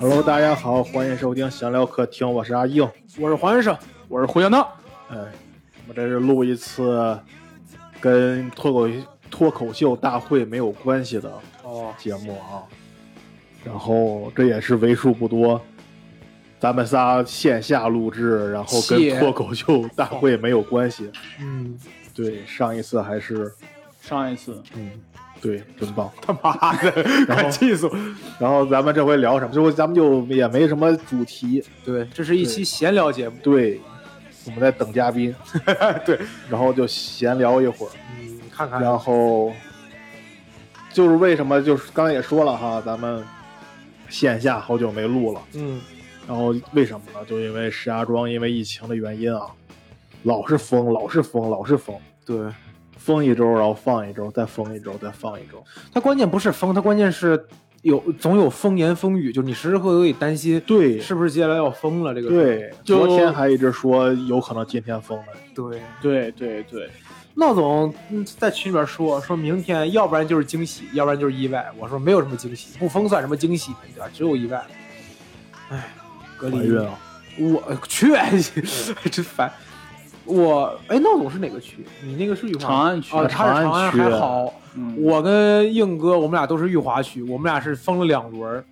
Hello，大家好，欢迎收听闲聊客厅，我是阿硬，我是黄医生，我是胡小闹。哎，我们这是录一次跟脱口脱口秀大会没有关系的哦，节目啊，然后这也是为数不多，咱们仨线下录制，然后跟谢脱口秀大会没有关系。嗯，对，上一次还是上一次嗯，对，真棒。他妈 的，然后快气死我！然后咱们这回聊什么？这回咱们就也没什么主题，对，这是一期闲聊节目。对，我们在等嘉 宾，对，然后就闲聊一会儿，嗯，看看然后就是为什么就是刚才也说了哈，咱们线下好久没录了，嗯，然后为什么呢？就因为石家庄因为疫情的原因啊，老是封，老是封，老是封，对，封一周，然后放一周，再封一周，再放一周。它关键不是风，它关键是有总有风言风语，就是你时时刻刻得担心，对是不是接下来要封了？这个事对，就昨天还一直说有可能今天封了，对，对对对，闹总嗯在群里边说，说明天要不然就是惊喜，要不然就是意外。我说没有什么惊喜，不封算什么惊喜，对吧？只有意外。哎，隔离怀孕啊，我去，哎真烦。我哎，闹总是哪个区？你那个是玉华长安区啊，他是长长安安区还好。嗯我跟硬哥，我们俩都是玉华区，我们俩是封了两轮儿。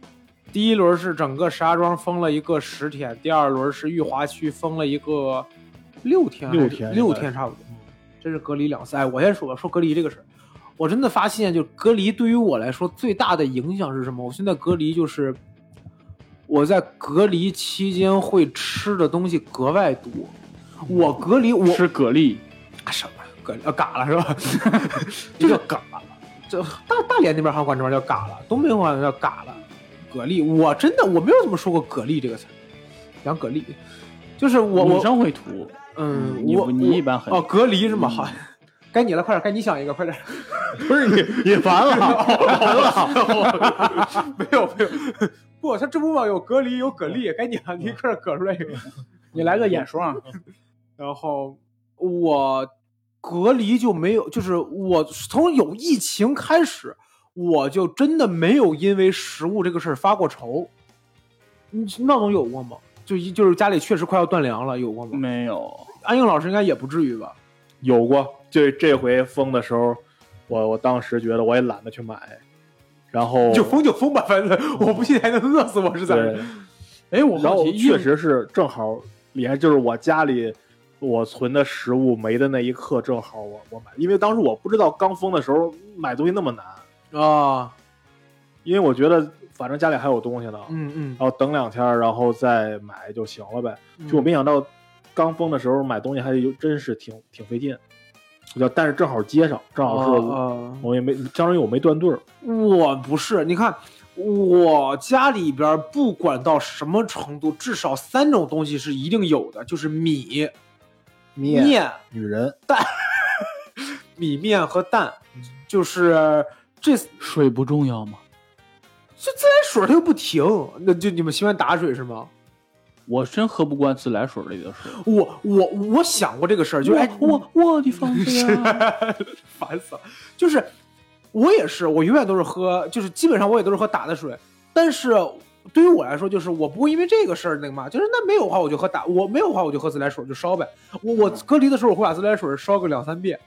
第一轮是整个石家庄封了一个十天，第二轮是玉华区封了一个六天还是，六天六天差不多。这是隔离两次。哎，我先说吧，说隔离这个事儿，我真的发现，就隔离对于我来说最大的影响是什么？我现在隔离就是我在隔离期间会吃的东西格外多。我隔离我吃蛤蜊，什么蛤呃嘎了是吧？ 这叫嘎了，这大大连那边好像管这玩意儿叫嘎了，东北管叫嘎了，蛤蜊。我真的我没有怎么说过蛤蜊这个词儿，讲蛤蜊，就是我女我生会吐，嗯，你我你我一般很嗯哦隔离是吗？好，该你了，快点，该你想一个，快点。 不是你，你烦 了， 没有没有，不，他这不嘛有隔离有蛤嗯蜊，该你了，你快点搁出来一个。 啊你来个眼霜，嗯然后我隔离就没有，就是我从有疫情开始，我就真的没有因为食物这个事儿发过愁。你闹总有过吗？就一就是家里确实快要断粮了，有过吗？嗯没有，安英老师应该也不至于吧？有过，就这回封的时候，我我当时觉得我也懒得去买，然 后就封就封吧，反正我不信还能饿死我是咋哦对的？，哎，我然好后奇，确实是正好，连就是我家里我存的食物没的那一刻，正好我我买，因为当时我不知道刚封的时候买东西那么难，啊，因为我觉得反正家里还有东西呢，嗯然后等两天然后再买就行了呗。嗯，就我没想到刚封的时候买东西还有真是挺挺费劲，我就但是正好接上，正好是啊我啊我也没相当于我没断顿儿，我不是，你看我家里边儿不管到什么程度，至少三种东西是一定有的，就是米、面面、女人米面和蛋，就是这这水不重要吗？自来水它又不停，那就你们喜欢打水是吗？我真喝不惯自来水里的水，我我我想过这个事儿，就哎我我的啊房子呀， 烦死了。就是我也是，我永远都是喝，就是基本上我也都是喝打的水。但是对于我来说，就是我不会因为这个事儿那个嘛，就是那没有的话我就喝打，我没有的话我就喝自来水就烧呗。我我隔离的时候我会把自来水烧个两三遍，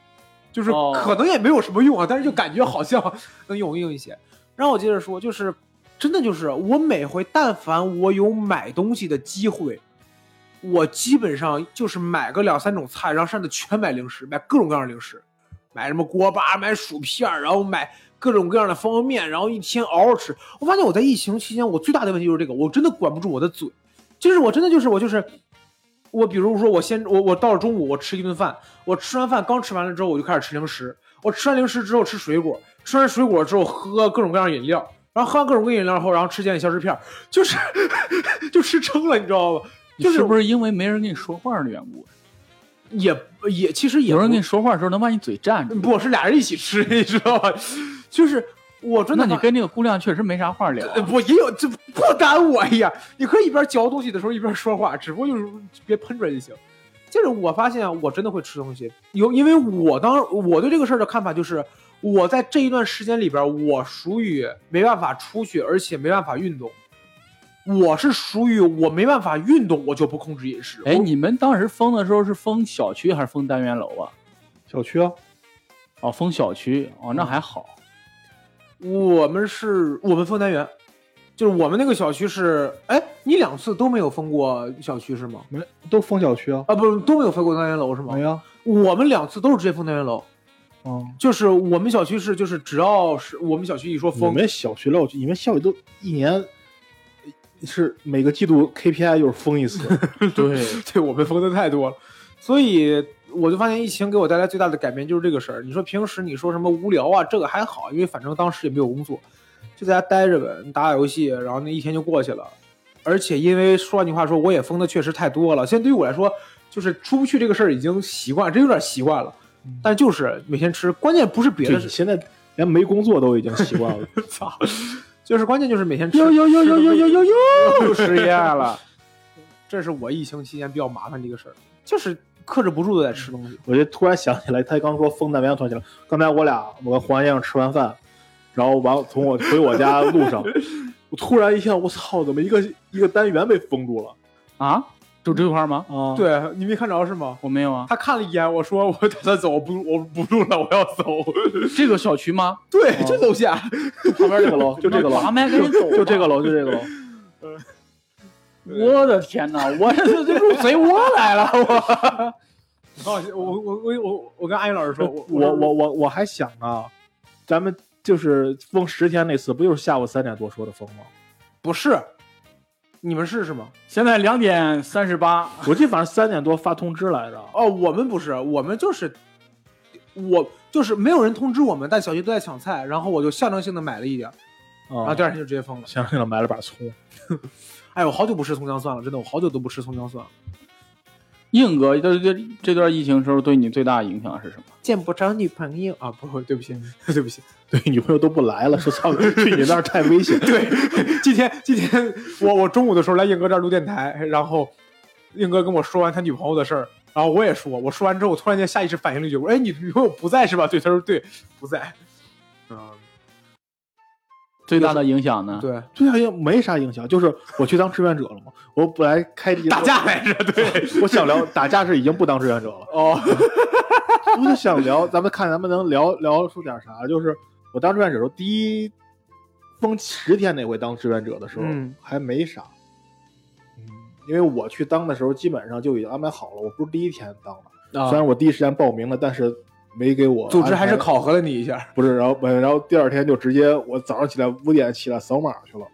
就是哦可能也没有什么用啊，但是就感觉好像能有用一些。然后我接着说，就是真的就是我每回但凡我有买东西的机会。我基本上就是买个两三种菜，然后剩下的全买零食，买各种各样的零食。买什么锅巴，买薯片儿，然后买各种各样的方便面，然后一天嗷嗷吃。我发现我在疫情期间，我最大的问题就是这个，我真的管不住我的嘴，就是我真的就是我就是我，比如说我先我我到了中午我吃一顿饭，我吃完饭刚吃完了之后我就开始吃零食，我吃完零食之后吃水果，吃完水果之后喝各种各样饮料。然后喝完各种各样饮料后，然后吃点消食片儿，就是 就吃撑了，你知道吧？你就是是不是因为没人跟你说话的缘故？也也其实也有人不跟你说话的时候能把你嘴占住，不是俩人一起吃，你知道吧？ 就是我真的那你发跟那个姑娘确实没啥话聊啊。呃不也有这不耽误哎呀，你可以一边嚼东西的时候一边说话，只不过就是别喷出来就行。接着我发现啊，我真的会吃东西，有因为我当我对这个事儿的看法就是，我在这一段时间里边，我属于没办法出去，而且没办法运动，我是属于我没办法运动，我就不控制饮食。哎，我你们当时封的时候是封小区还是封单元楼啊？小区啊，哦，封小区哦，那还好。我们是我们封单元，就是我们那个小区是，哎，你两次都没有封过小区是吗？没都封小区啊，啊，不，都没有封过单元楼是吗没？啊，我们两次都是直接封单元楼，嗯，就是我们小区是，就是只要是我们小区一说哦你封，们小区了，你们校里都一年是每个季度 KPI 就是封一 次，对， 对我们封的太多了，所以我就发现疫情给我带来最大的改变就是这个事儿。你说平时你说什么无聊啊，这个还好，因为反正当时也没有工作，就在家待着呗，打打游戏，然后那一天就过去了。而且因为说句话说，我也封的确实太多了。现在对于我来说，就是出不去这个事儿已经习惯，真有点习惯了。但就是每天吃，关键不是别对，的你事，现在连没工作都已经习 惯了。操，就是关键就是每天吃。呦呦呦呦呦呦呦，失业了！ 这是我疫情期间比较麻烦的一个事儿，就是克制不住的在吃东西。我就突然想起来，他刚说封单元，我突然想起来，刚才我俩我跟黄先生吃完饭，然后完从我回我家路上，我突然一下，我操，怎么一个一个单元被封住了啊，就这块儿吗？啊？，对你没看着是吗？我没有啊。他看了一眼，我说我打算走，我不我不录了，我要走。 嗯这个小区吗？对，哦就楼下。 旁边这个楼，就这个楼拔，麦赶紧走吧就这个楼，就这个楼。我的天哪！我这这入贼窝来了，我哦，我我我我我跟安云老师说，我我我我我我还想啊，咱们就是封十天那次，不就是下午三点多说的封吗？不是，你们是是吗？现在两点三十八，我记得反正三点多发通知来着。哦，我们不是，我们就是我就是没有人通知我们，但小区都在抢菜，然后我就象征性的买了一点，然后啊第，二天就直接封了。想起来买了把葱，哎，我好久不吃葱姜蒜了，真的，我好久都不吃葱姜蒜了。硬哥，这这这段疫情时候对你最大影响是什么？见不着女朋友啊，不，对不起， 对不起。对，女朋友都不来了，说操，去你那儿太危险。对，今天今天我我中午的时候来硬哥这儿录电台，然后硬哥跟我说完他女朋友的事儿，然后我也说，我说完之后，我突然间下意识反应了一句，我说：“哎，你女朋友不在是吧？”对，他说：“对，不在。”嗯，最大的影响 呢？对，对啊，也没啥影响，就是我去当志愿者了嘛。我本来开这打，架来着，对， 我想聊打架是已经不当志愿者了，哦， 我就想聊，咱们看咱们能聊聊出点啥。就是我当志愿者的时候，第一封十天那回当志愿者的时候、嗯还没啥，嗯，因为我去当的时候基本上就已经安排好了，我不是第一天当的，虽然我第一时间报名了，但是没给我 啊组织还是安排考核了你一下，不是，然后然后第二天就直接我早上起来五点起来扫码去了。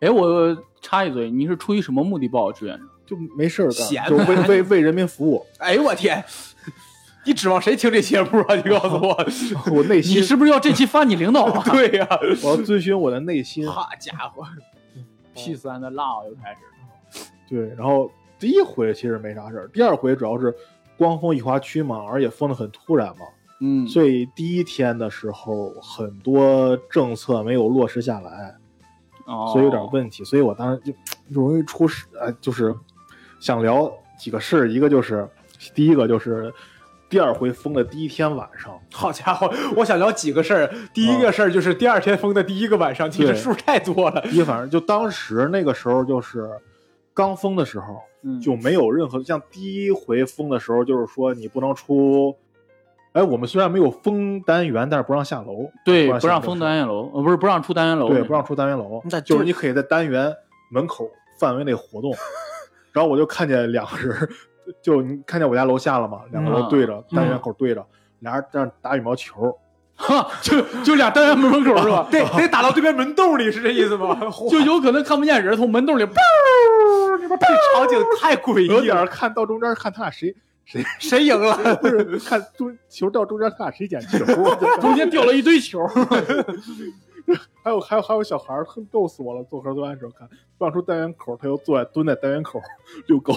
哎，我插一嘴，你是出于什么目的报的志愿者？就没事儿闲干，就为为为人民服务。 哎呦我天，你指望谁听这节目啊？你告诉我，？我内心你是不是要这期发你领导啊 对 呀、我要遵循我的内心。好家伙， ，Peace and Love 又开始了。对，然后第一回其实没啥事儿，第二回主要是光封雨花区嘛，而且封的很突然嘛，嗯，所以第一天的时候很多政策没有落实下来，哦所以有点问题，所以我当时就容易出事，呃，就是想聊几个事儿，一个就是第一个就是第二回封的第一天晚上。好家伙！我想聊几个事儿，第一个事儿就是第二天封的第一个晚上，其实对数太多了。一反正就当时那个时候就是刚封的时候，嗯就没有任何像第一回封的时候，就是说你不能出。哎，我们虽然没有封单元，但是不让下楼，对不让不下让封楼单元楼，呃，不是不让出单元楼，对，不让出单元楼那，就这是你可以在单元门口范围内活 动。然后我就看见两个人， 就你看见我家楼下了嘛，两个嗯楼对着，单元口对着，俩人在那打羽毛球，哈， 就就俩单元门门口是吧？得得打到哦对面门洞里，是这意思吗？就 就有可能看不见人，从门洞里嘣，里边场景太诡哎有异点了，儿看到中间看他俩谁谁赢了？不是看中球到中间他俩谁捡球， 中间掉了一堆球。还有还有还有小孩儿，哼逗死我了！做核酸的时候看，不让出单元口，他又坐在蹲在单元口遛狗，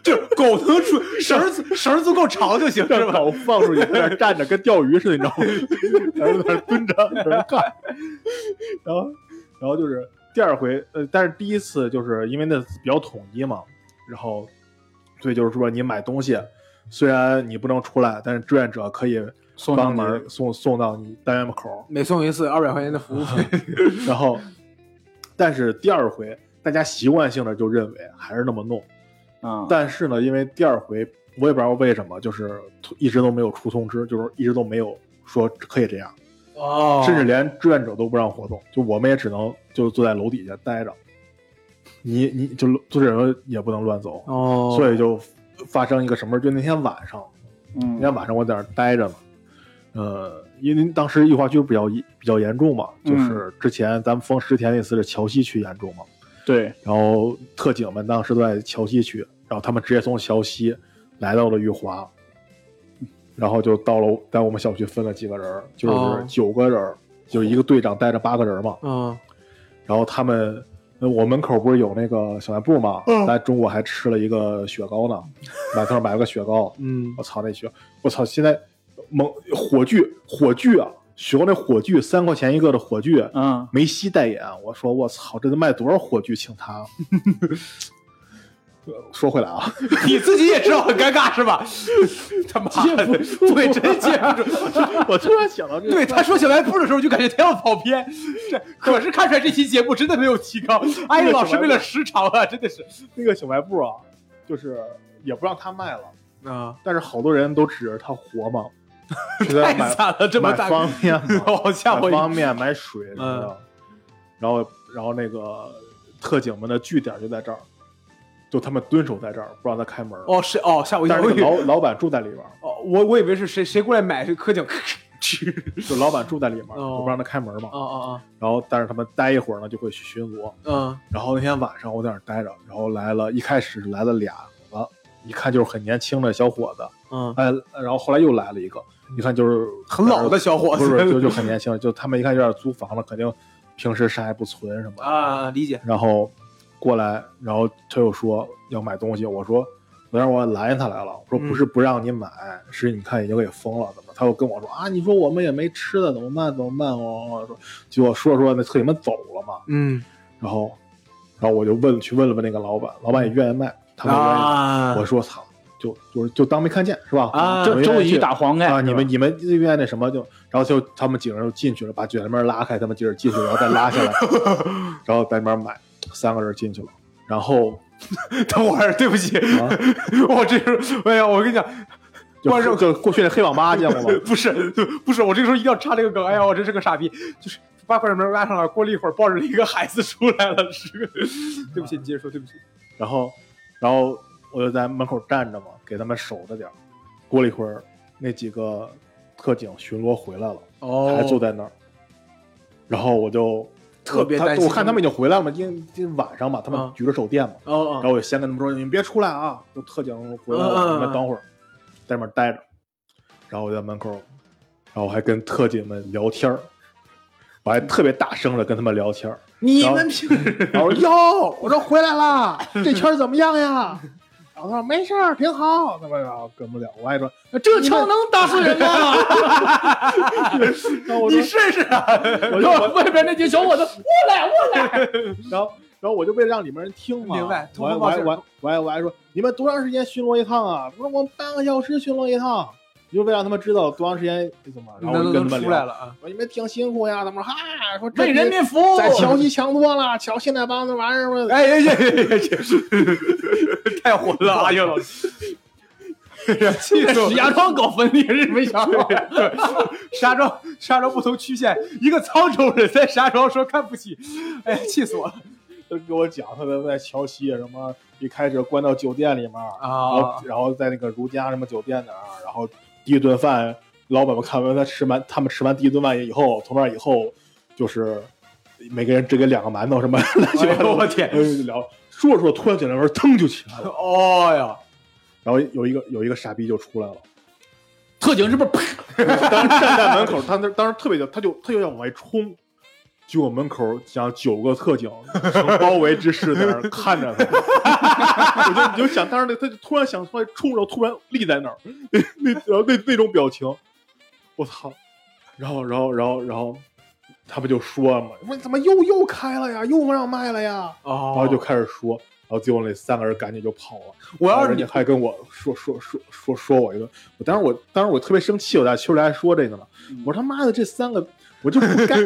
这狗能出绳子绳子够长就行，是让吧？狗放出去，在那儿站着跟钓鱼似的，你知道吗？在那儿蹲着，在那儿看。 然后，然后就是第二回，呃，但是第一次就是因为那次比较统一嘛，然后，所以就是说你买东西，虽然你不能出来，但是志愿者可以 送上帮门你送送到你单元口。每送一次二百块钱的服务费，然后但是第二回大家习惯性的就认为还是那么弄，啊，但是呢，因为第二回我也不知道为什么，就是一直都没有出通知，就是一直都没有说可以这样，哦甚至连志愿者都不让活动，就我们也只能就坐在楼底下待着，你你就就这人也不能乱走，哦，所以就发生一个什么事儿，就那天晚上，嗯那天晚上我在那儿待着嘛，呃，因为当时玉华区比较比较严重嘛，嗯就是之前咱们封十田那次是桥西区严重嘛，对，然后特警们当时都在桥西区，然后他们直接从桥西来到了玉华，然后就到了在我们小区分了几个人儿，就是哦九个人儿，就一个队长带着八个人嘛，嗯然后他们。呃我门口不是有那个小卖部嘛？嗯咱中午还吃了一个雪糕呢，买特买了个雪糕，嗯我操那雪，我操！现在猛火炬火炬啊，雪糕那火炬三块钱一个的火炬，嗯梅西代言，我说我操，这得卖多少火炬请他？呃 说回来啊， 你自己也知道很尴尬是吧？他妈的，对，真接不 住。我突然想到这个，对，他说小卖部的时候，就感觉他要跑偏。这可是看出来这期节目真的没有提 高。哎呀，老师为了时长啊，真的是那个小卖部啊，就是也不让他卖了，啊，但是好多人都指着他 活嘛，是太在买惨了，这么买大，方便 嘛，好吓我买一跳方便买水什么嗯的，然后然后那个特警们的据点就在这儿，就他们蹲守在这儿，不让他开门。哦，是哦，吓我一跳。但是我那以个为老老板住在里边儿，哦，我我以为是谁谁过来买这柯景，去就老板住在里面儿，哦就不让他开门嘛。啊啊然后但是他们待一会儿呢，就会去巡逻。啊，嗯然后那天晚上我在那儿待着，然后来了一开始来了俩个，一看就是很年轻的小伙子，嗯，哎，然后后来又来了一个，一看就是很老的小伙不子，是不是就就很年轻，就他们一看有点租房了，肯定平时啥也不存什么的。啊，理解。然后过来，然后他又说要买东西，我说。我让我拦下他来了，我说嗯不是不让你买，是你看已经给封了，怎么？他又跟我说啊，你说我们也没吃的，怎么办？怎么办？我我说，结果说着说着那特警们走了嘛，嗯然后，然后我就问去问了问那个老板，老板也愿意卖，他们也愿意。啊，我说操，就就是就当没看见是吧？啊你们这愿周意去瑜打黄盖啊，你是吧们你们这边那什么就，然后就他们几个人就进去了，把卷帘门拉开，他们几个人进去，然后再拉下 来，然后在里面买，三个人进去了，然后等会儿，对不起，啊，我这是，哎呀，我跟你讲，关就上就过去那黑网吧见过吗？不是不是，我这个时候一定要插这个梗，哎呀，我真是个傻逼，就是把快门拉上了，过了一会儿，抱着一个孩子出来了，是个，对不起，你接着说，对不起，然后，然后我就在门口站着嘛，给他们守着点儿。过了一会儿，那几个特警巡逻回来了。哦还坐在那儿。然后我就特别他担心我看他们已经回来了嘛，因为因为晚上嘛，他们嗯举着手电嘛，哦然后我就先跟他们说：“你们别出来啊！”就特警回来嗯嗯了，嗯你们等会儿在那边待着。然后我在门口，然后我还跟特警们聊天儿，我还特别大声的跟他们聊天儿。你然后们平时然后哟，我说回来啦，这圈儿怎么样呀？然后他说没事儿，挺好。那么然后跟不了，我还说这枪能打死 人吗？ 然后我说你试试啊，我就我外边那些小伙子，然后然后我就为了让里面人听嘛，明白我通还风我报还信我还我还我还说你们多长时间巡逻一趟啊？我说我们半个小时巡逻一趟，你就为了让他们知道多长时间怎么，然后我就能跟他能们出聊来，了啊，我说你们挺辛苦呀，他们说嗨，说这为人民服务，在桥西强多了，桥现在帮那玩意儿嘛，哎呀呀呀呀呀，太混了，哎呀，老师。气死我！ 石家庄搞分裂是 没想到，石家庄，石家庄不同区县，一个沧州人在石家庄说看不起，哎呀，气死我了 都给我讲他们在桥西啊什么一开始关到酒店里面，啊然后！然后在那个如家什么酒店那儿，然后第一顿饭，老板们看完他吃完，他们吃完第一顿饭以后，从那以后就是每个人只给两个馒头什么 乱七八哎呦糟，我天哎呦聊说着说着突然卷帘门腾就起 来了，哦呀，然后有一个有一个傻逼就出来了，特警是不是啪？当时站在门口，他那当时特别他就他就要往外冲。结果门口像九个特警呈包围之势在那儿看着他， 我就你就想当时那他就突然想突然冲着，突然立在那儿，那那然后那那种表情，我操！然后然后然后然后他不就说嘛，问怎么又又开了呀，又让卖了呀，哦然后就开始说，然后最后那三个人赶紧就跑了。我要是你你，还跟我说说说说说我一个，我当时我当时我特别生气，我在群里还说这个呢，嗯我说他妈的这三个我就 不该，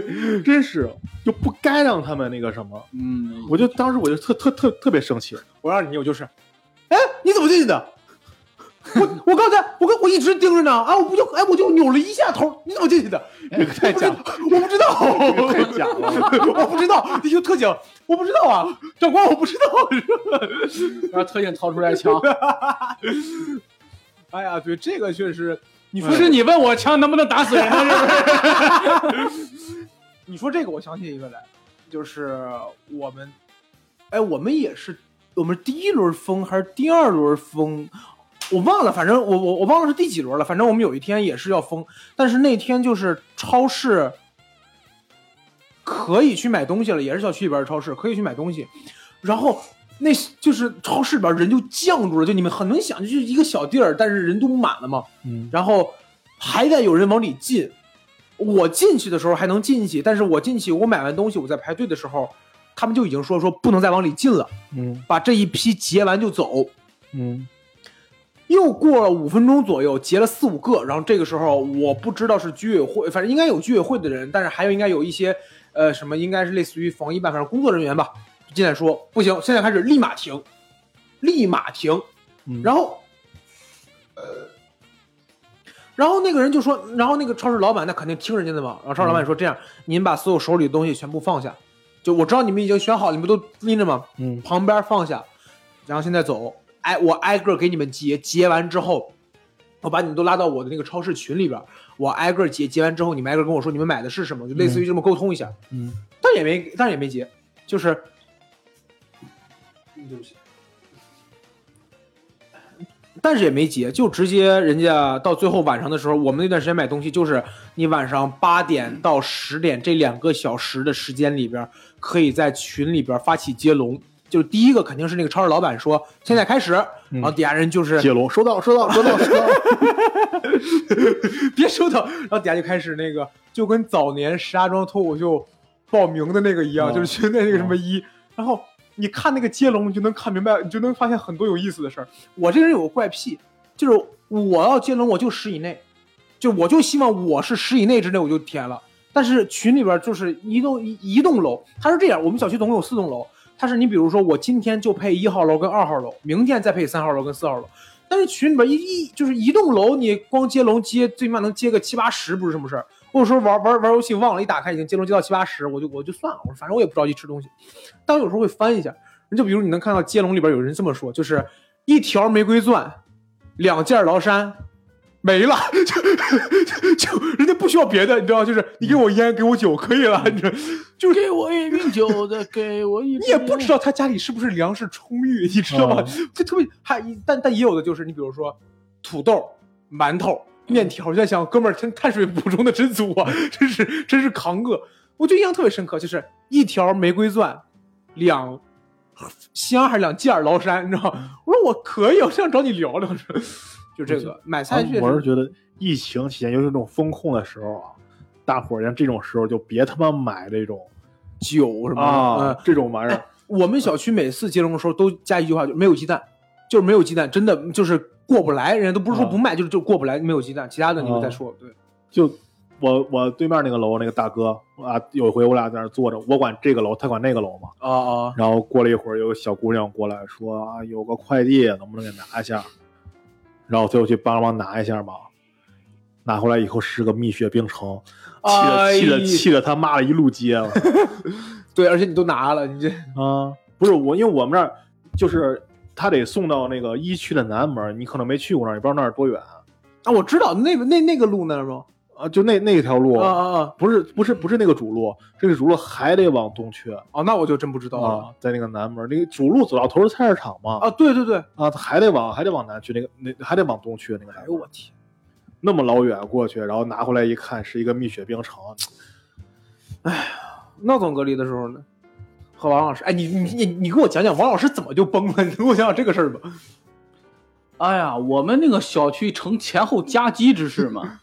真是就不该让他们那个什么，嗯，我就当时我就特特特特别生气，我让你，我就是，哎，你怎么进去的？我我刚才我跟我一直盯着呢啊！我不就哎我就扭了一下头，你怎么进去 的？这个太假了， 我不知道，太假了。 我不知道，你就特警，我不知道啊，长官我不知道。 然后特警掏出来枪，哎呀，对这个确实，你嗯不是 你问我枪能不能打死人啊，是不是？你说这个，我想起一个来，就是我们，哎，我们也是，我们第一轮封还是第二轮封，我忘了，反正我我我忘了是第几轮了。反正我们有一天也是要封，但是那天就是超市可以去买东西了，也是小区里边的超市可以去买东西，然后。那就是超市里边人就降住了，就你们很能想，就是一个小地儿，但是人都满了嘛。嗯，然后还得有人往里进。我进去的时候还能进去，但是我进去，我买完东西，我在排队的时候，他们就已经说说不能再往里进了，嗯把这一批结完就走。嗯，又过了五分钟左右，结了四五个，然后这个时候我不知道是居委会，反正应该有居委会的人，但是还有应该有一些呃什么，应该是类似于防疫办，反正工作人员吧，就进来说不行，现在开始立马停，立马停，嗯然后呃然后那个人就说，然后那个超市老板那肯定听人家的嘛，然后超市老板说这样，您把所有手里的东西全部放下，就我知道你们已经选好，你们都拎着嘛，嗯旁边放下，然后现在走，挨我挨个给你们结，结完之后，我把你们都拉到我的那个超市群里边，我挨个结，结完之后你们挨个跟我说你们买的是什么，就类似于这么沟通一下，嗯，但也没但也没结，就是，嗯对不起。但是也没结，就直接人家到最后晚上的时候，我们那段时间买东西，就是你晚上八点到十点这两个小时的时间里边，可以在群里边发起接龙。就是第一个肯定是那个超市老板说现在开始，然后底下人就是接龙收到收到收到收到，别收到，然后底下就开始那个，就跟早年石家庄脱口秀报名的那个一样，嗯就是去那那个什么一，然后你看那个接龙，你就能看明白，你就能发现很多有意思的事儿。我这个人有个怪癖，就是我要接龙，我就十以内，就我就希望我是十以内之内我就填了。但是群里边就是一栋一一栋楼，它是这样，我们小区总共有四栋楼，它是你比如说我今天就配一号楼跟二号楼，明天再配三号楼跟四号楼。但是群里边一一就是一栋楼，你光接龙接最起码能接个七八十，不是什么事儿。我有时候玩玩玩游戏忘了，一打开已经接龙接到七八十，我就我就算了，我说反正我也不着急吃东西。但我有时候会翻一下，就比如你能看到接龙里边有人这么说，就是一条玫瑰钻，两件崂山。没了， 就就就人家不需要别的，你知道，就是你给我烟，给我酒，可以了，你知道，就是给我一瓶酒的，给我一你也不知道他家里是不是粮食充裕，你知道吗？就特别还但但也有的就是你比如说土豆、馒头、面条，我就在想哥们儿，真碳水补充的真足啊， 真是真是扛饿。我就印象特别深刻，就是一条玫瑰钻，两箱还是两件儿崂山，你知道吗？我说我可以，我想找你聊 聊，就这个买菜确实，我是觉得疫情期间，尤其是这种风控的时候啊，大伙儿人这种时候就别他妈买这种酒什么的，嗯啊，这种玩意儿，我们小区每次接龙的时候都加一句话，就没有鸡蛋，就是没有鸡蛋，真的就是过不来。人家都不是说不卖，就是就过不来，没有鸡蛋。其他的你们再说，对，就我我对面那个楼那个大哥啊，有一回我俩在那儿坐着，我管这个楼，他管那个楼嘛。啊啊，然后过了一会儿，有个小姑娘过来说啊，有个快递能不能给拿一下？然后我就去帮忙拿一下嘛。拿回来以后是个蜜雪冰城，哎气的气的气的他骂了一路街了。对，而且你都拿了，你这啊，不是我，因为我们那儿就是他得送到那个一区的南门，你可能没去过那儿，也不知道那儿多远啊，我知道那个那那个路那儿吗？啊。就那那条路，啊啊啊！不是不是不是那个主路，这个主路还得往东去哦，那我就真不知道了啊，在那个南门，那个主路走到头是菜市场嘛啊！对对对，哎啊，还得往还得往南去，那个那还得往东去那个南呦门，我天，那么老远过去，然后拿回来一看是一个蜜雪冰城，哎那总隔离的时候呢？和王老师，哎，你你你你给我讲讲王老师怎么就崩了？你给我讲讲这个事儿吧。 哎呀，我们那个小区呈前后夹击之势嘛，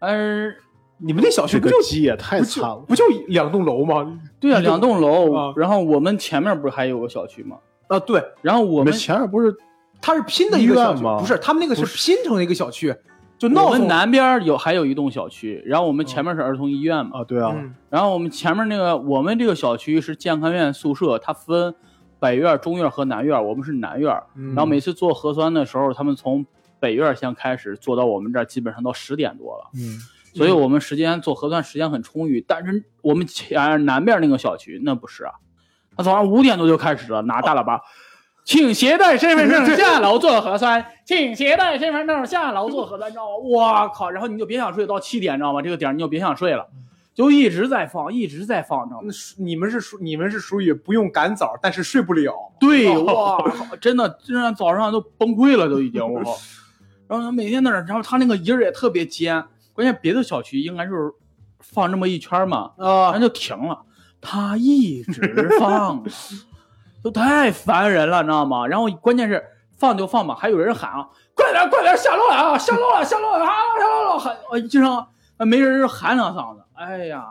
而你们那小区这不个就鸡也太不惨就了。不就两栋楼吗？对啊，一栋两栋啊楼，然后我们前面不是还有个小区吗？啊，对，然后我我们们前面不是它是拼的一个医院小区吗，不是他们那个是不拼成一个小区，就我闹们腾南边有还有一栋小区，然后我们前面是儿童医院嘛，啊？对啊，嗯然后我们前面那个我们这个小区是健康院宿舍，它分北院、中院和南院，我们是南院。嗯然后每次做核酸的时候，他们从北院先开始做到我们这儿，基本上到十点多了，嗯，所以我们时间做核酸时间很充裕。但是我们前啊南边那个小区那不是啊，他早上五点多就开始了，拿大喇叭。请携带身份证下楼做核酸，请携带身份证下楼做核酸，你知道吗？我靠！然后你就别想睡到七点，你知道吗？这个点儿你就别想睡了，就一直在放，一直在放，你知道吗？嗯那属你们是属你们是属于不用赶早，但是睡不了。对，哦哇，靠真的，真的早上都崩溃了，都已经我靠。然后他每天在那儿，然后他那个音儿也特别尖，关键别的小区应该就是放这么一圈儿嘛，啊然后就停了，他一直放，都太烦人了，你知道吗？然后关键是放就放吧，还有人喊啊，快点快点下楼了啊，下楼了下楼了啊下楼了，喊，哎经常啊没人就喊两嗓子，哎呀。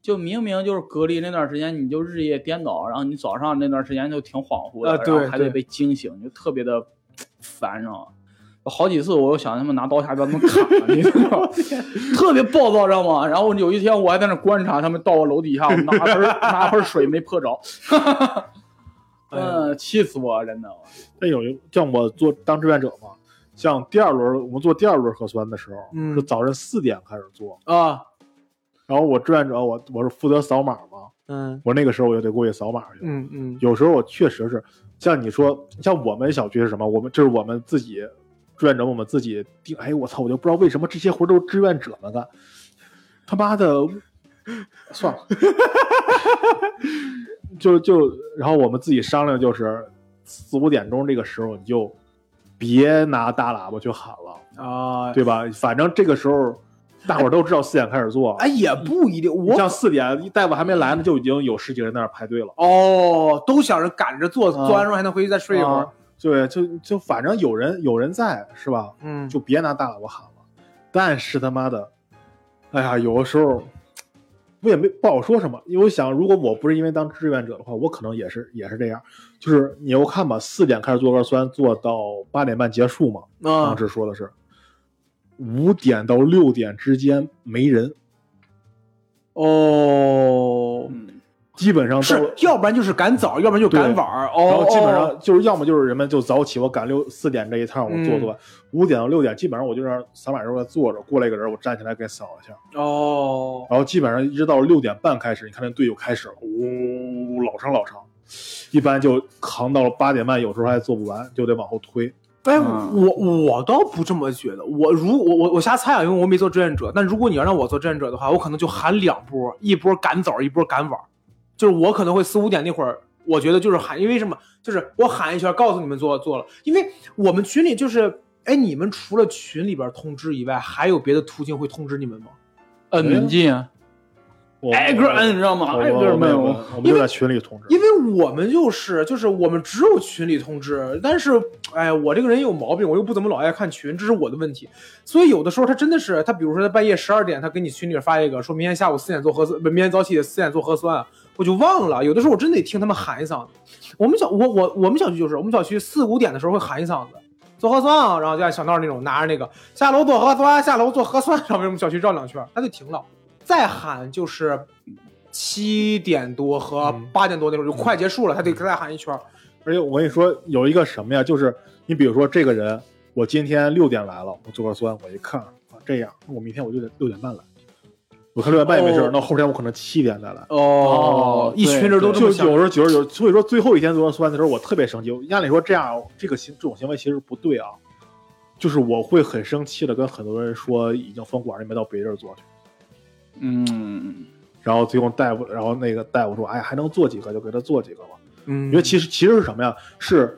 就明明就是隔离那段时间，你就日夜颠倒，然后你早上那段时间就挺恍惚的，啊对然后还得对被惊醒，就特别的烦，你知道吗？好几次我又想他们拿刀下边他们砍，你知道吗？特别暴躁，知道吗？然后有一天我还在那观察他们到我楼底下，我拿盆拿盆水没泼 着，哎嗯，气死我了，真的。但有一像我做当志愿者嘛，像第二轮我们做第二轮核酸的时候，嗯是早晨四点开始做，啊，然后我志愿者我我是负责扫码嘛，嗯我那个时候我就得过去扫码去。嗯嗯有时候我确实是像你说，像我们小区是什么？我们这是我们自己志愿者，我们自己定。哎，我操，我就不知道为什么这些活都是志愿者们干。他妈的，算了， 就就然后我们自己商量，就是四五点钟这个时候你就别拿大喇叭去喊了，啊，对吧？反正这个时候大伙儿都知道四点开始做。哎，也不一定，你像我四点，大夫还没来呢，就已经有十几个人在那儿排队了。哦都想着赶着做，做完之后还能回去再睡一会儿啊。对，就就反正有人有人在是吧？嗯就别拿大喇叭喊了。但是他妈的，哎呀，有的时候我也没不好说什么，因为我想，如果我不是因为当志愿者的话，我可能也是也是这样。就是你要看吧，四点开始做核酸，做到八点半结束嘛。啊当时说的是五点到六点之间没人，哦，嗯，基本上到是了，要不然就是赶早，要不然就赶对晚儿。然哦后，基本上哦就是要么就是人们就早起，我赶六四点这一趟我做嗯做完，五、点到六点基本上我就让扫码时候坐着，过来一个人我站起来给扫一下，哦，然后基本上一直到六点半开始，你看那队就开始了，呜、老长老长，一般就扛到了八点半，有时候还做不完，就得往后推。哎，嗯我我倒不这么觉得。我如我我我瞎猜啊，因为我没做志愿者。但如果你要让我做志愿者的话，我可能就喊两波，一波赶早，一波赶晚。就是我可能会四五点那会儿，我觉得就是喊，因为什么？就是我喊一圈，告诉你们做做了。因为我们群里就是，哎，你们除了群里边通知以外，还有别的途径会通知你们吗？摁门禁，哎我哎挨个啊摁，你知道吗？我挨我个我们摁。我们就在群里通知，因为我们就是就是我们只有群里通知，但是哎，我这个人有毛病，我又不怎么老爱看群，这是我的问题。所以有的时候他真的是，他比如说他半夜十二点，他给你群里面发一个，说明天下午四点做核酸，不明天早起四点做核酸，我就忘了。有的时候我真得听他们喊一嗓子。我们小我我我们小区就是，我们小区四五点的时候会喊一嗓子。做核酸啊，然后就按小闹那种拿着那个下楼做核酸，下楼做核酸，然后围我们小区绕两圈，他就停了。再喊就是七点多和嗯八点多那种，就快结束了，他得再喊一圈儿。而且我跟你说有一个什么呀，就是你比如说这个人，我今天六点来了，我做核酸，我一看啊这样，我明天我就得六点半来，我看六点半也没事儿，哦那后天我可能七点再来。哦一群人都这就么有想。时候九十九，所以说最后一天做核酸的时候，我特别生气。按理说这样，啊这个行这种行为其实不对啊，就是我会很生气的跟很多人说已经封管了，你们到别地儿做去。嗯，然后最后大夫，然后那个大夫说，哎呀，还能做几个就给他做几个吧。嗯你觉得其实其实是什么呀？是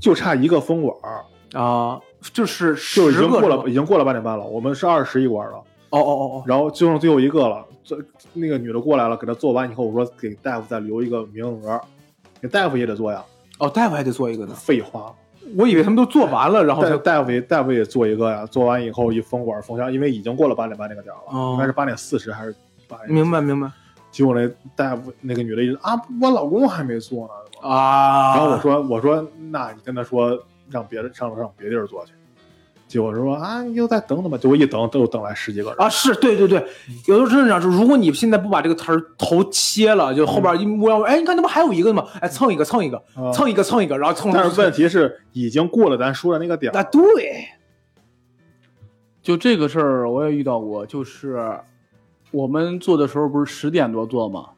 就差一个封管儿，啊，就是就十已经个过是了，吧已经过了八点半了，我们是二十一管了，哦哦哦哦，然后就剩最后一个了。这那个女的过来了，给她做完以后，我说给大夫再留一个名额，给大夫也得做呀。哦，大夫还得做一个呢。废话，我以为他们都做完了，然后才大大夫也大夫也做一个呀，做完以后一封管封箱，因为已经过了八点半那个点儿了，哦应该是八点四十还是八点？明白明白结果那大夫那个女的一直啊，我老公还没做呢。啊。然后我说我说那你跟他说让别的上让别地儿做去。结果说啊，你就再等等吧。结果一等都等来十几个人啊，是对对对，有的时候真的这样说，如果你现在不把这个头儿头切了，就后边一摸要，哎，你看那不还有一个呢吗？哎，蹭一个蹭一个啊蹭一个蹭一个，然后蹭 但是问题是已经过了咱说的那个点儿啊，对，就这个事儿，我也遇到过，就是我们做的时候不是十点多做嘛，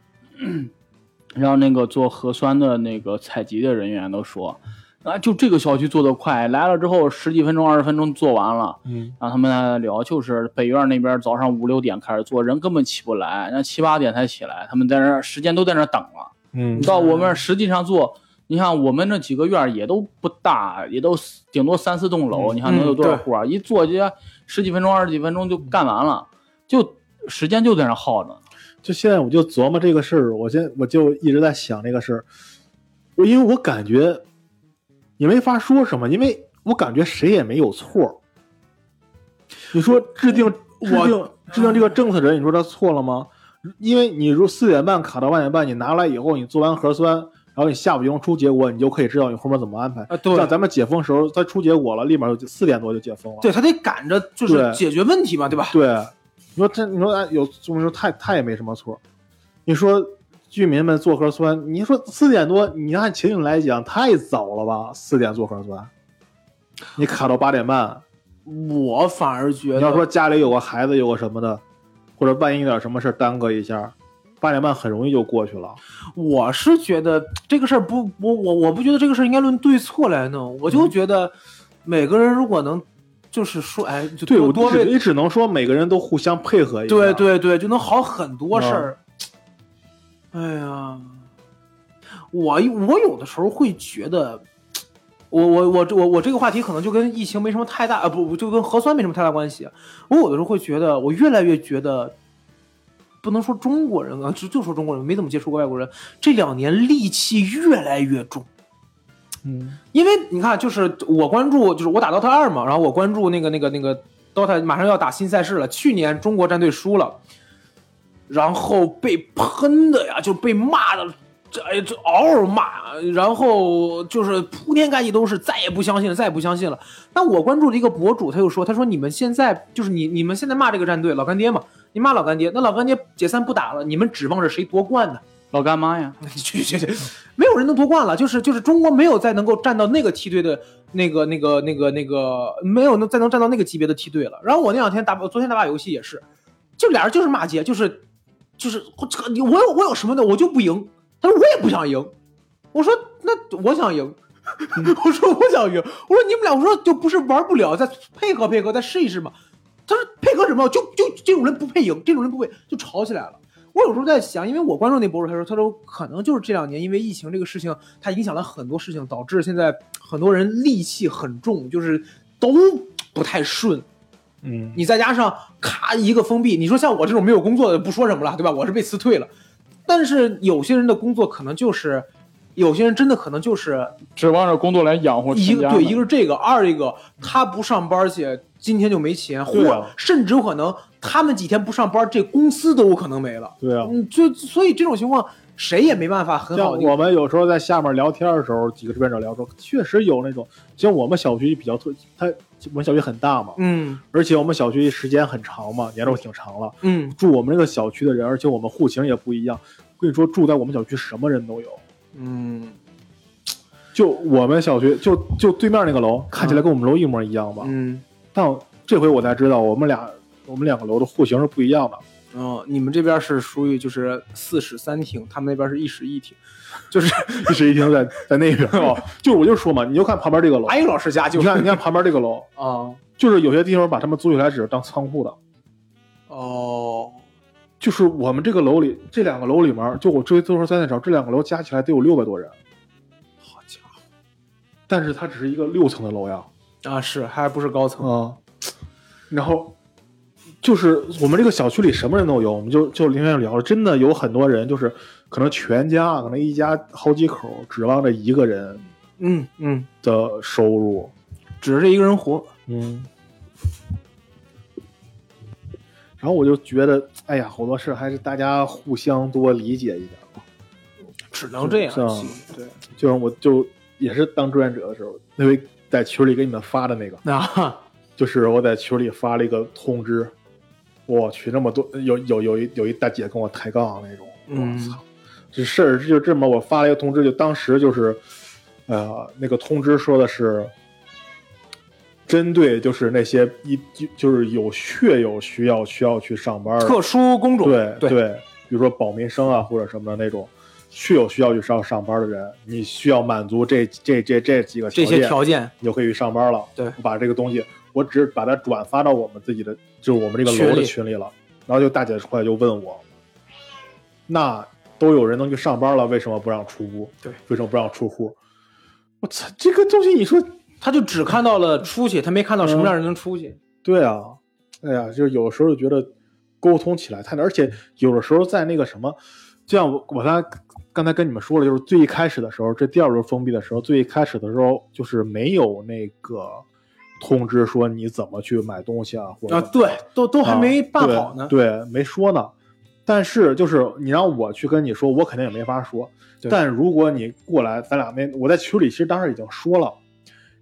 然后那个做核酸的那个采集的人员都说，啊，就这个小区做的快，来了之后十几分钟、二十分钟做完了。嗯，然后他们在聊，就是北院那边早上五六点开始做，人根本起不来，那七八点才起来，他们在那儿时间都在那儿等了。嗯你到我们这儿实际上做，你看我们这几个院儿也都不大，也都四顶多三四栋楼，嗯你看能有多少对户啊？一做就十几分钟、二十几分钟就干完了，就时间就在那儿耗着。就现在我就琢磨这个事儿，我现我就一直在想这个事儿，我因为我感觉也没法说什么，因为我感觉谁也没有错儿。你说制定制定制定这个政策人，你说他错了吗？因为你如四点半卡到八点半，你拿来以后，你做完核酸，然后你下午就能出结果，你就可以知道你后面怎么安排。啊对像咱们解封时候，他出结果了，立马就四点多就解封了。对他得赶着就是对解决问题嘛，对吧？ 对，你说这，你说哎有这么说，他他也没什么错。你说居民们做核酸，你说四点多，你按情景来讲太早了吧？四点做核酸，你卡到八点半，我反而觉你得要说家里有个孩子有个什么的，或者万一有点什么事儿耽搁一下，八点半很容易就过去了。我是觉得这个事儿不，我我我不觉得这个事儿应该论对错来弄，我嗯就觉得每个人如果能，就是说，哎，就对，多我多只为，也只能说每个人都互相配合一下。对，对对，就能好很多事儿。哎呀，我我有的时候会觉得，我我我我我这个话题可能就跟疫情没什么太大，呃，不不，就跟核酸没什么太大关系。我有的时候会觉得，我越来越觉得。不能说中国人啊，就就说中国人没怎么接触过外国人。这两年戾气越来越重，嗯，因为你看，就是我关注，就是我打 DOTA 二嘛，然后我关注那个那个那个 DOTA 马上要打新赛事了。去年中国战队输了，然后被喷的呀，就被骂的，这哎这嗷嗷骂，然后就是铺天盖地都是，再也不相信了，再也不相信了。那我关注的一个博主，他就说，他说你们现在就是你你们现在骂这个战队老干爹嘛，你骂老干爹，那老干爹解散不打了，你们指望着谁夺冠呢？老干 妈呀，去去去，没有人能夺冠了，就是就是中国没有再能够站到那个梯队的那个那个那个那个，没有能再能站到那个级别的梯队了。然后我那两天打，我昨天打把游戏也是，就俩人就是骂街，就是就是这个你我有我有什么的，我就不赢。他说我也不想赢，我说那我想赢， 我说我想赢，我说你们俩，我说就不是玩不了，再配合配合，再试一试嘛。他说配合什么？就就这种人不配赢，这种人不配就吵起来了。我有时候在想，因为我关注那博主，他说他说可能就是这两年因为疫情这个事情，它影响了很多事情，导致现在很多人戾气很重，就是都不太顺。嗯，你再加上咔一个封闭，你说像我这种没有工作的，不说什么了，对吧？我是被辞退了，但是有些人的工作可能就是，有些人真的可能就是指望着工作来养活一个对，一个个是这个，二一个他不上班去，今天就没钱，或、对啊甚至有可能他们几天不上班，这公司都有可能没了。对啊。嗯，就所以这种情况谁也没办法很像好的。我们有时候在下面聊天的时候，几个志愿者聊说，确实有那种，像我们小区比较特，它我们小区很大嘛，嗯而且我们小区时间很长嘛，年头挺长了。嗯，住我们这个小区的人，而且我们户型也不一样。跟你说，住在我们小区什么人都有。嗯就我们小区，就就对面那个楼，看起来跟我们楼一模一样吧。嗯但这回我才知道，我们俩我们两个楼的户型是不一样的。哦，你们这边是属于就是四室三厅，他们那边是一室一厅， 就是一室一厅在在那边哦，就是我就说嘛，你就看旁边这个楼，白宇老师家哎就你是看你看旁边这个楼，啊就是有些地方把他们租下来只是当仓库的。哦就是我们这个楼里，这两个楼里面，就我追最后三的时候，这两个楼加起来得有六百多人，好家伙但是它只是一个六层的楼呀，啊是还不是高层啊，然后就是我们这个小区里什么人都有，我们就就里面聊了，真的有很多人就是可能全家可能一家好几口指望着一个人嗯嗯，的收入，指着一个人活，嗯。然后我就觉得，哎呀，好多事还是大家互相多理解一点吧。只能这样是啊。其实对， 就像我就也是当志愿者的时候，那回在群里给你们发的那个，那、啊就是我在群里发了一个通知，我去那么多，有有有一有一大姐跟我抬杠那种，嗯我操，这事儿就这么，我发了一个通知，就当时就是，呃，那个通知说的是，针对就是那些一就就是有血友需要需要去上班的，特殊工种，对对，比如说保民生啊或者什么的那种。去有需要去上上班的人，你需要满足这这这这几个这些条件你就可以去上班了。对我把这个东西，我只是把它转发到我们自己的，就是我们这个楼群的里群里了。然后就大姐出来就问我，那都有人能去上班了，为什么不让出屋？对，为什么不让出户？我操，这个东西你说他就只看到了出去，他没看到什么样的人能出去。对啊，哎呀，就是有时候就觉得沟通起来太难，而且有的时候在那个什么，就像我我刚才刚才跟你们说了，就是最一开始的时候，这第二轮封闭的时候，最一开始的时候就是没有那个通知说你怎么去买东西啊，或者啊，对，都都都还没办好呢。对，对没说呢。但是就是你让我去跟你说，我肯定也没法说。对但如果你过来，咱俩没我在群里，其实当时已经说了，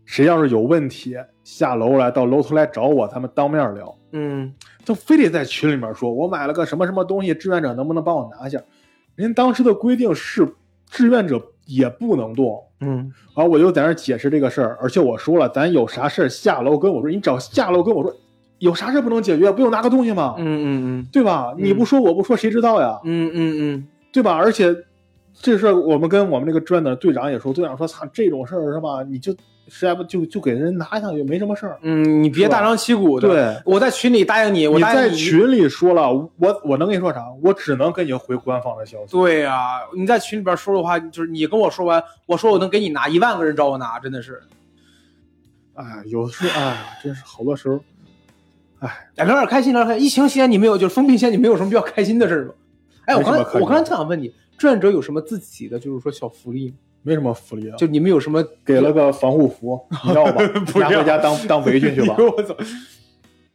谁要是有问题，下楼来到楼头来找我，咱们当面聊。嗯，就非得在群里面说，我买了个什么什么东西，志愿者能不能帮我拿一下？人家当时的规定是，志愿者也不能动。嗯，然后我就在那儿解释这个事儿，而且我说了，咱有啥事儿下楼跟我说，你只要下楼跟我说，有啥事儿不能解决，不有拿个东西吗？嗯嗯对吧？嗯你不说我不说，谁知道呀？嗯嗯嗯对吧？而且这事儿我们跟我们那个志愿者队长也说，队长说，操，这种事儿是吧？你就实在不就就给人拿下去，没什么事儿。嗯，你别是吧大张旗鼓的。对，我在群里答应你，我你答在应你。群里说了，我我能跟你说啥？我只能跟你回官方的消息。对呀、你在群里边说的话，就是你跟我说完，我说我能给你拿一万个人找我拿，真的是。哎，有时候哎，真是好多时候，哎，哎，聊点开心，聊点开心。疫情期间你没有，就是封闭期间你没有什么比较开心的事儿吗？哎，我刚没什么可才以我刚才特想问你，志愿者有什么自己的就是说小福利吗？没什么福利啊，就你们有什么？给了个防护服，你要吧 不拿要回家当当围裙去吧。 我操！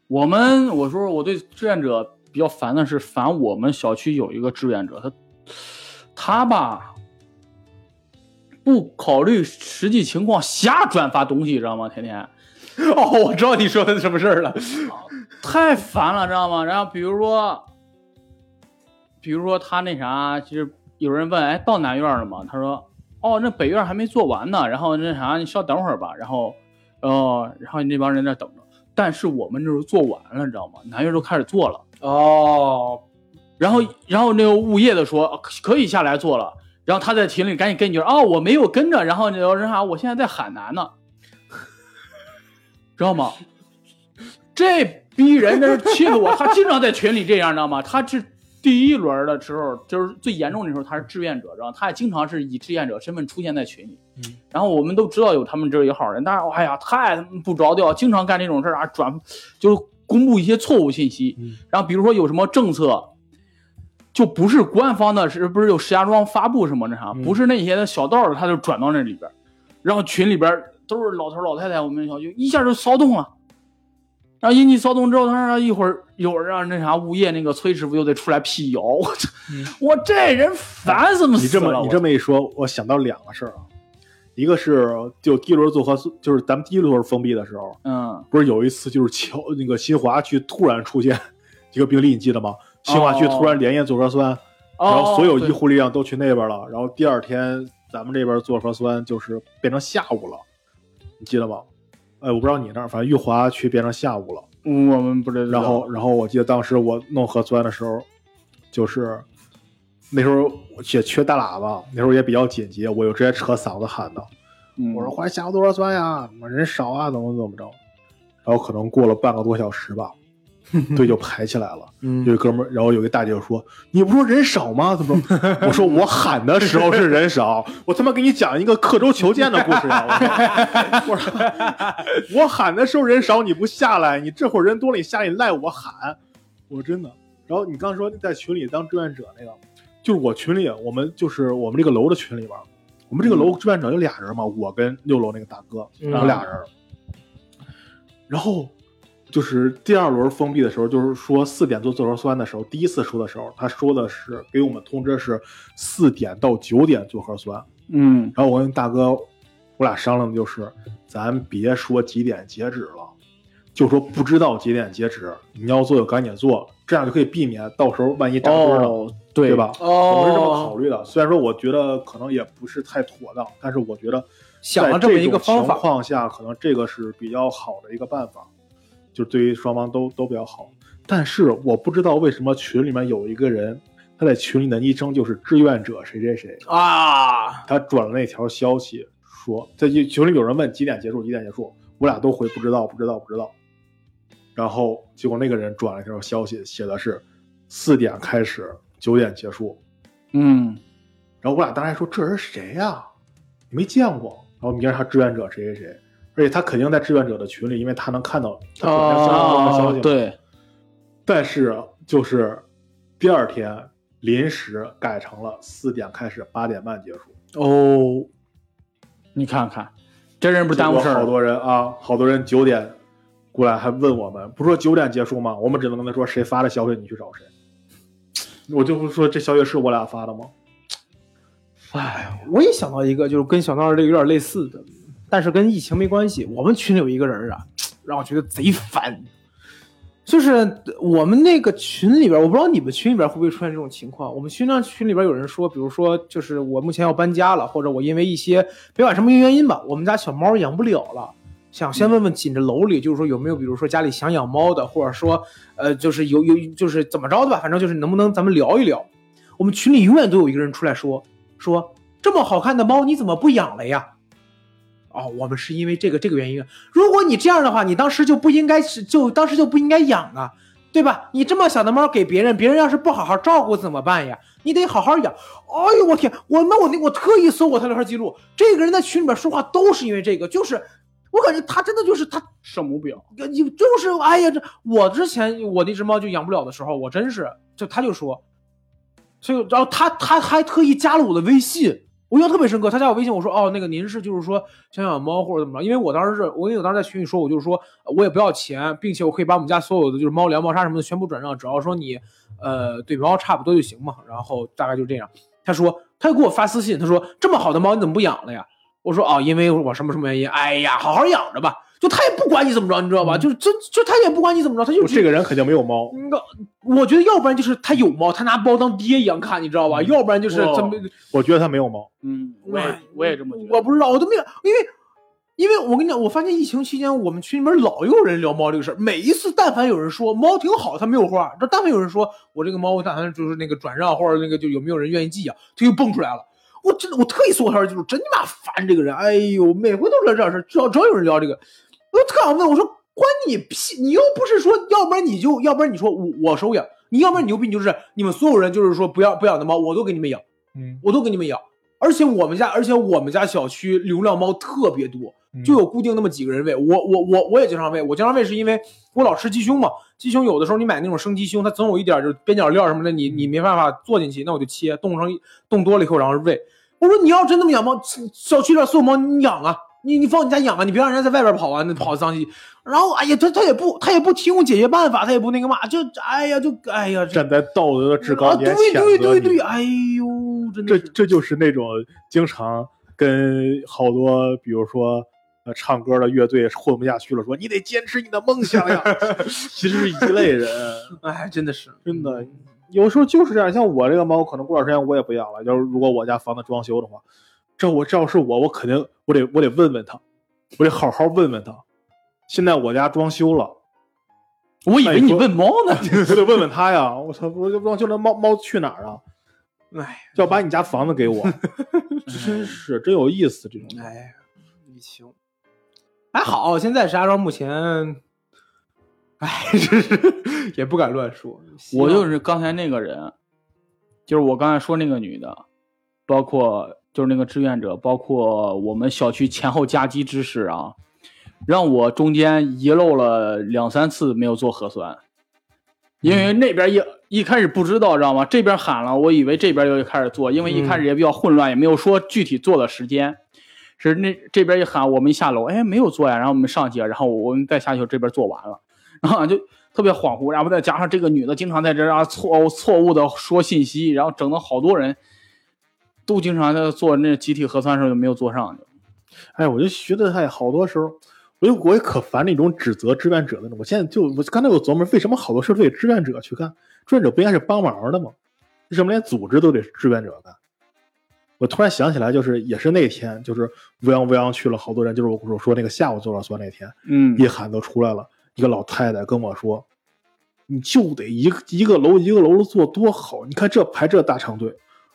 我们我说我对志愿者比较烦的是，烦我们小区有一个志愿者，他他吧不考虑实际情况，瞎转发东西，知道吗？天天哦，我知道你说的是什么事儿了。 太烦了，知道吗？然后比如说，比如说他那啥，就是有人问，哎，到南院了吗？他说，哦，那北院还没做完呢。然后那啥，你稍等会儿吧。然后，哦，然后你那帮人在那等着。但是我们这都做完了，你知道吗？南院都开始做了。哦，然后，然后那个物业的说啊可可以下来做了，然后他在群里赶紧跟你说，哦，我没有跟着，然后那个人啥，我现在在海南呢， 知道吗？这逼人真是气得我，他经常在群里这样，知道吗？他是第一轮的时候，就是最严重的时候，他是志愿者，知道吗？他也经常是以志愿者身份出现在群里。嗯然后我们都知道有他们这一号人，但是哎呀，太不着调，经常干这种事儿啊，转就是公布一些错误信息。嗯然后比如说有什么政策，就不是官方的，是不是有石家庄发布什么那啥，嗯不是那些的小道儿，他就转到那里边儿，然后群里边儿都是老头儿老太太，我们小区一下就骚动了。然后引起骚动之后，他说哎一会儿一会儿让那啥物业那个崔师傅又得出来辟谣，我这、嗯我这人烦死么死你这了么我你这么一说，我想到两个事儿啊，一个是就第一轮做核酸，就是咱们第一轮封闭的时候，嗯不是有一次就是乔那个新华区突然出现一个病例，你记得吗？新华区突然连夜做核酸，哦然后所有对医护力量都去那边了，然后第二天咱们这边做核酸就是变成下午了，你记得吗？哎，我不知道你那儿，反正玉华区变成下午了。我们不知道，然后，然后我记得当时我弄核酸的时候，就是那时候也缺大喇叭，那时候也比较紧急，我就直接扯嗓子喊的，嗯我说快下午多少酸呀，怎么人少啊，怎么怎么着。然后可能过了半个多小时吧，队就排起来了。嗯有一哥们儿，然后有一大姐说：“你不说人少吗？怎么着？”我说：“我喊的时候是人少，我他妈给你讲一个刻舟求剑的故事呀！”我说：“我说我 喊的时候人少，你不下来，你这会儿人多了，你下来你赖我喊，我说真的。”然后你刚说在群里当志愿者那个，就是我群里，我们就是我们这个楼的群里边儿，我们这个楼志愿者有俩人嘛，我跟六楼那个大哥，嗯我们俩人。然后就是第二轮封闭的时候，就是说四点做自核酸的时候，第一次说的时候，他说的是给我们通知是四点到九点做核酸。嗯然后我跟大哥，我俩商量的就是，咱别说几点截止了，就说不知道几点截止，你要做就赶紧做，这样就可以避免到时候万一扎堆了，哦，对对？吧？哦我是这么考虑的，虽然说我觉得可能也不是太妥当，但是我觉得想了在这这么一个方种法情况下，可能这个是比较好的一个办法，就对于双方都都比较好。但是我不知道为什么群里面有一个人，他在群里的昵称就是志愿者谁谁谁，啊，他转了那条消息说，在群群里有人问几点结束，几点结束，我俩都回不知道，不知道，不知道。然后结果那个人转了一条消息，写的是四点开始，九点结束。嗯，然后我俩当时还说这人谁呀、没见过。然后明儿他志愿者谁谁谁，而且他肯定在志愿者的群里，因为他能看到他转发相关的消息、哦，。对，但是就是第二天临时改成了四点开始，八点半结束。哦，你看看，这人不是耽误事结果好儿，多人啊，好多人九点过来还问我们，不是说九点结束吗？我们只能跟他说谁发的消息，你去找谁。我就说这消息是我俩发的吗？哎，我也想到一个，就是跟小闹这个有点类似的，但是跟疫情没关系。我们群里有一个人啊，让我觉得贼烦，就是我们那个群里边，我不知道你们群里边会不会出现这种情况。我们群上群里边有人说，比如说就是我目前要搬家了，或者我因为一些别管什么原因吧，我们家小猫养不了了。想先问问紧着楼里，就是说有没有，比如说家里想养猫的，或者说，呃，就是有有就是怎么着的吧，反正就是能不能咱们聊一聊。我们群里永远都有一个人出来说说这么好看的猫你怎么不养了呀？哦，我们是因为这个这个原因。啊如果你这样的话，你当时就不应该是就当时就不应该养啊，对吧？你这么小的猫给别人，别人要是不好好照顾怎么办呀？你得好好养。哎呦我天，我那我那我特意搜过他聊天记录，这个人在群里面说话都是因为这个，就是我感觉他真的就是他圣母婊，你就是哎呀，这我之前我那只猫就养不了的时候，我真是就他就说，所以然后他他还特意加了我的微信，我印象特别深刻。他加我微信，我说哦，那个您是就是说想养猫或者怎么着？因为我当时是我因为我当时在群里说，我就是说呃我也不要钱，并且我可以把我们家所有的就是猫粮、猫砂什么的全部转让，只要说你呃对猫差不多就行嘛。然后大概就这样。他说他就给我发私信，他说这么好的猫你怎么不养了呀？我说哦，因为我什么什么原因，哎呀，好好养着吧。就他也不管你怎么着，你知道吧？就是就就他也不管你怎么着，他就嗯我这个人肯定没有猫，那个，我觉得要不然就是他有猫，他拿猫当爹一样看，你知道吧？要不然就是哇怎么，我觉得他没有猫。嗯，我也我也这么觉得，我不知道，我都没有，因为因为我跟你讲，我发现疫情期间我们群里面老有人聊猫这个事儿，每一次但凡有人说猫挺好，他没有话，这但凡有人说我这个猫，但凡就是那个转让或者那个就有没有人愿意寄养，他就蹦出来了。我真的，我特意搜他，就是真他妈烦这个人，哎呦，每回都聊这事儿，只要只要有人聊这个，我就特想问，我说关你屁！你又不是说，要不然你就，要不然你说我我收养，你要不然你牛逼，你就是你们所有人就是说不要不养的猫，我都给你们养，嗯，我都给你们养。而且我们家，而且我们家小区流浪猫特别多，嗯就有固定那么几个人喂。我我我我也经常喂，我经常喂是因为我老吃鸡胸嘛，鸡胸有的时候你买那种生鸡胸，它总有一点就是边角料什么的，你你没办法做进去，那我就切，冻上一冻多了以后然后喂。我说你要真那么养猫，小区里边所有猫你养啊，你你放你家养啊，你别让人家在外边跑啊，那跑脏兮兮。然后哎呀，他他也不他也不提供解决办法，他也不那个嘛，就哎呀就哎呀这站在道德的制高啊点对对谴责对你对，，哎呦真的这是这就是那种经常跟好多比如说。呃，唱歌的乐队混不下去了，说你得坚持你的梦想呀， 其实是一类人。哎真的是真的，有时候就是这样。像我这个猫，可能过段时间我也不养了。要是如果我家房子装修的话，这我这要是我，我肯定我得我得问问他，我得好好问问他。现在我家装修了，我以为你问猫呢，我得问问他呀！我操，我这装修了，猫猫去哪儿啊？哎要把你家房子给我， 真是真有意思这种。哎，疫情还好，现在石家庄目前，哎， 真是也不敢乱说。希望我就是刚才那个人，就是我刚才说那个女的，包括就是那个志愿者，包括我们小区前后夹击之事啊，让我中间遗漏了两三次没有做核酸，因为那边一一开始不知道，知道吗？这边喊了，我以为这边又开始做，因为一开始也比较混乱，也没有说具体做的时间。是那这边一喊，我们一下楼，哎，没有做呀，然后我们上去，啊然后我们再下去，这边做完了， 然后就特别恍惚，然后再加上这个女的经常在这儿啊错错误的说信息，然后整的好多人都经常在做那集体核酸的时候就没有做上去。哎，我就觉得哎，好多时候，我就我也可烦那种指责志愿者那种。我现在就我刚才我琢磨，为什么好多事都得志愿者去干？志愿者不应该是帮忙的吗？为什么连组织都得志愿者干？我突然想起来，就是也是那天，就是乌泱乌泱去了好多人，就是我我说那个下午做核酸那天，嗯一喊都出来了，一个老太太跟我说：“你就得一个一个楼一个楼的做多好，你看这排这大长队。”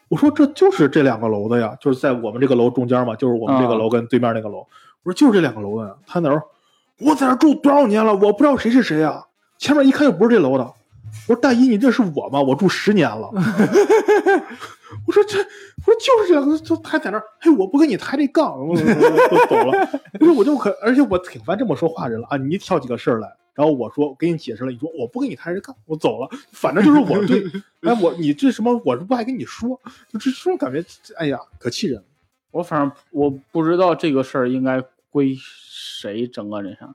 我说：“这就是这两个楼的呀，就是在我们这个楼中间嘛，就是我们这个楼跟对面那个楼。我说：“就是这两个楼的呀。”他那时候我在这住多少年了，我不知道谁是谁呀。前面一看又不是这楼的。我说：“大姨，你认识我吗？我住十年了。”我说这，我说就是这样，就还在那儿，嘿，我不跟你抬这杠，我我我都走了。不是，我就可，而且我挺烦这么说话人了啊！你挑几个事儿来，然后我说我给你解释了，你说我不跟你谈这干，我走了，反正就是我对，哎，我你这什么，我是不爱跟你说，就这这种感觉，哎呀，可气人了。我反正我不知道这个事儿应该归谁整个人上，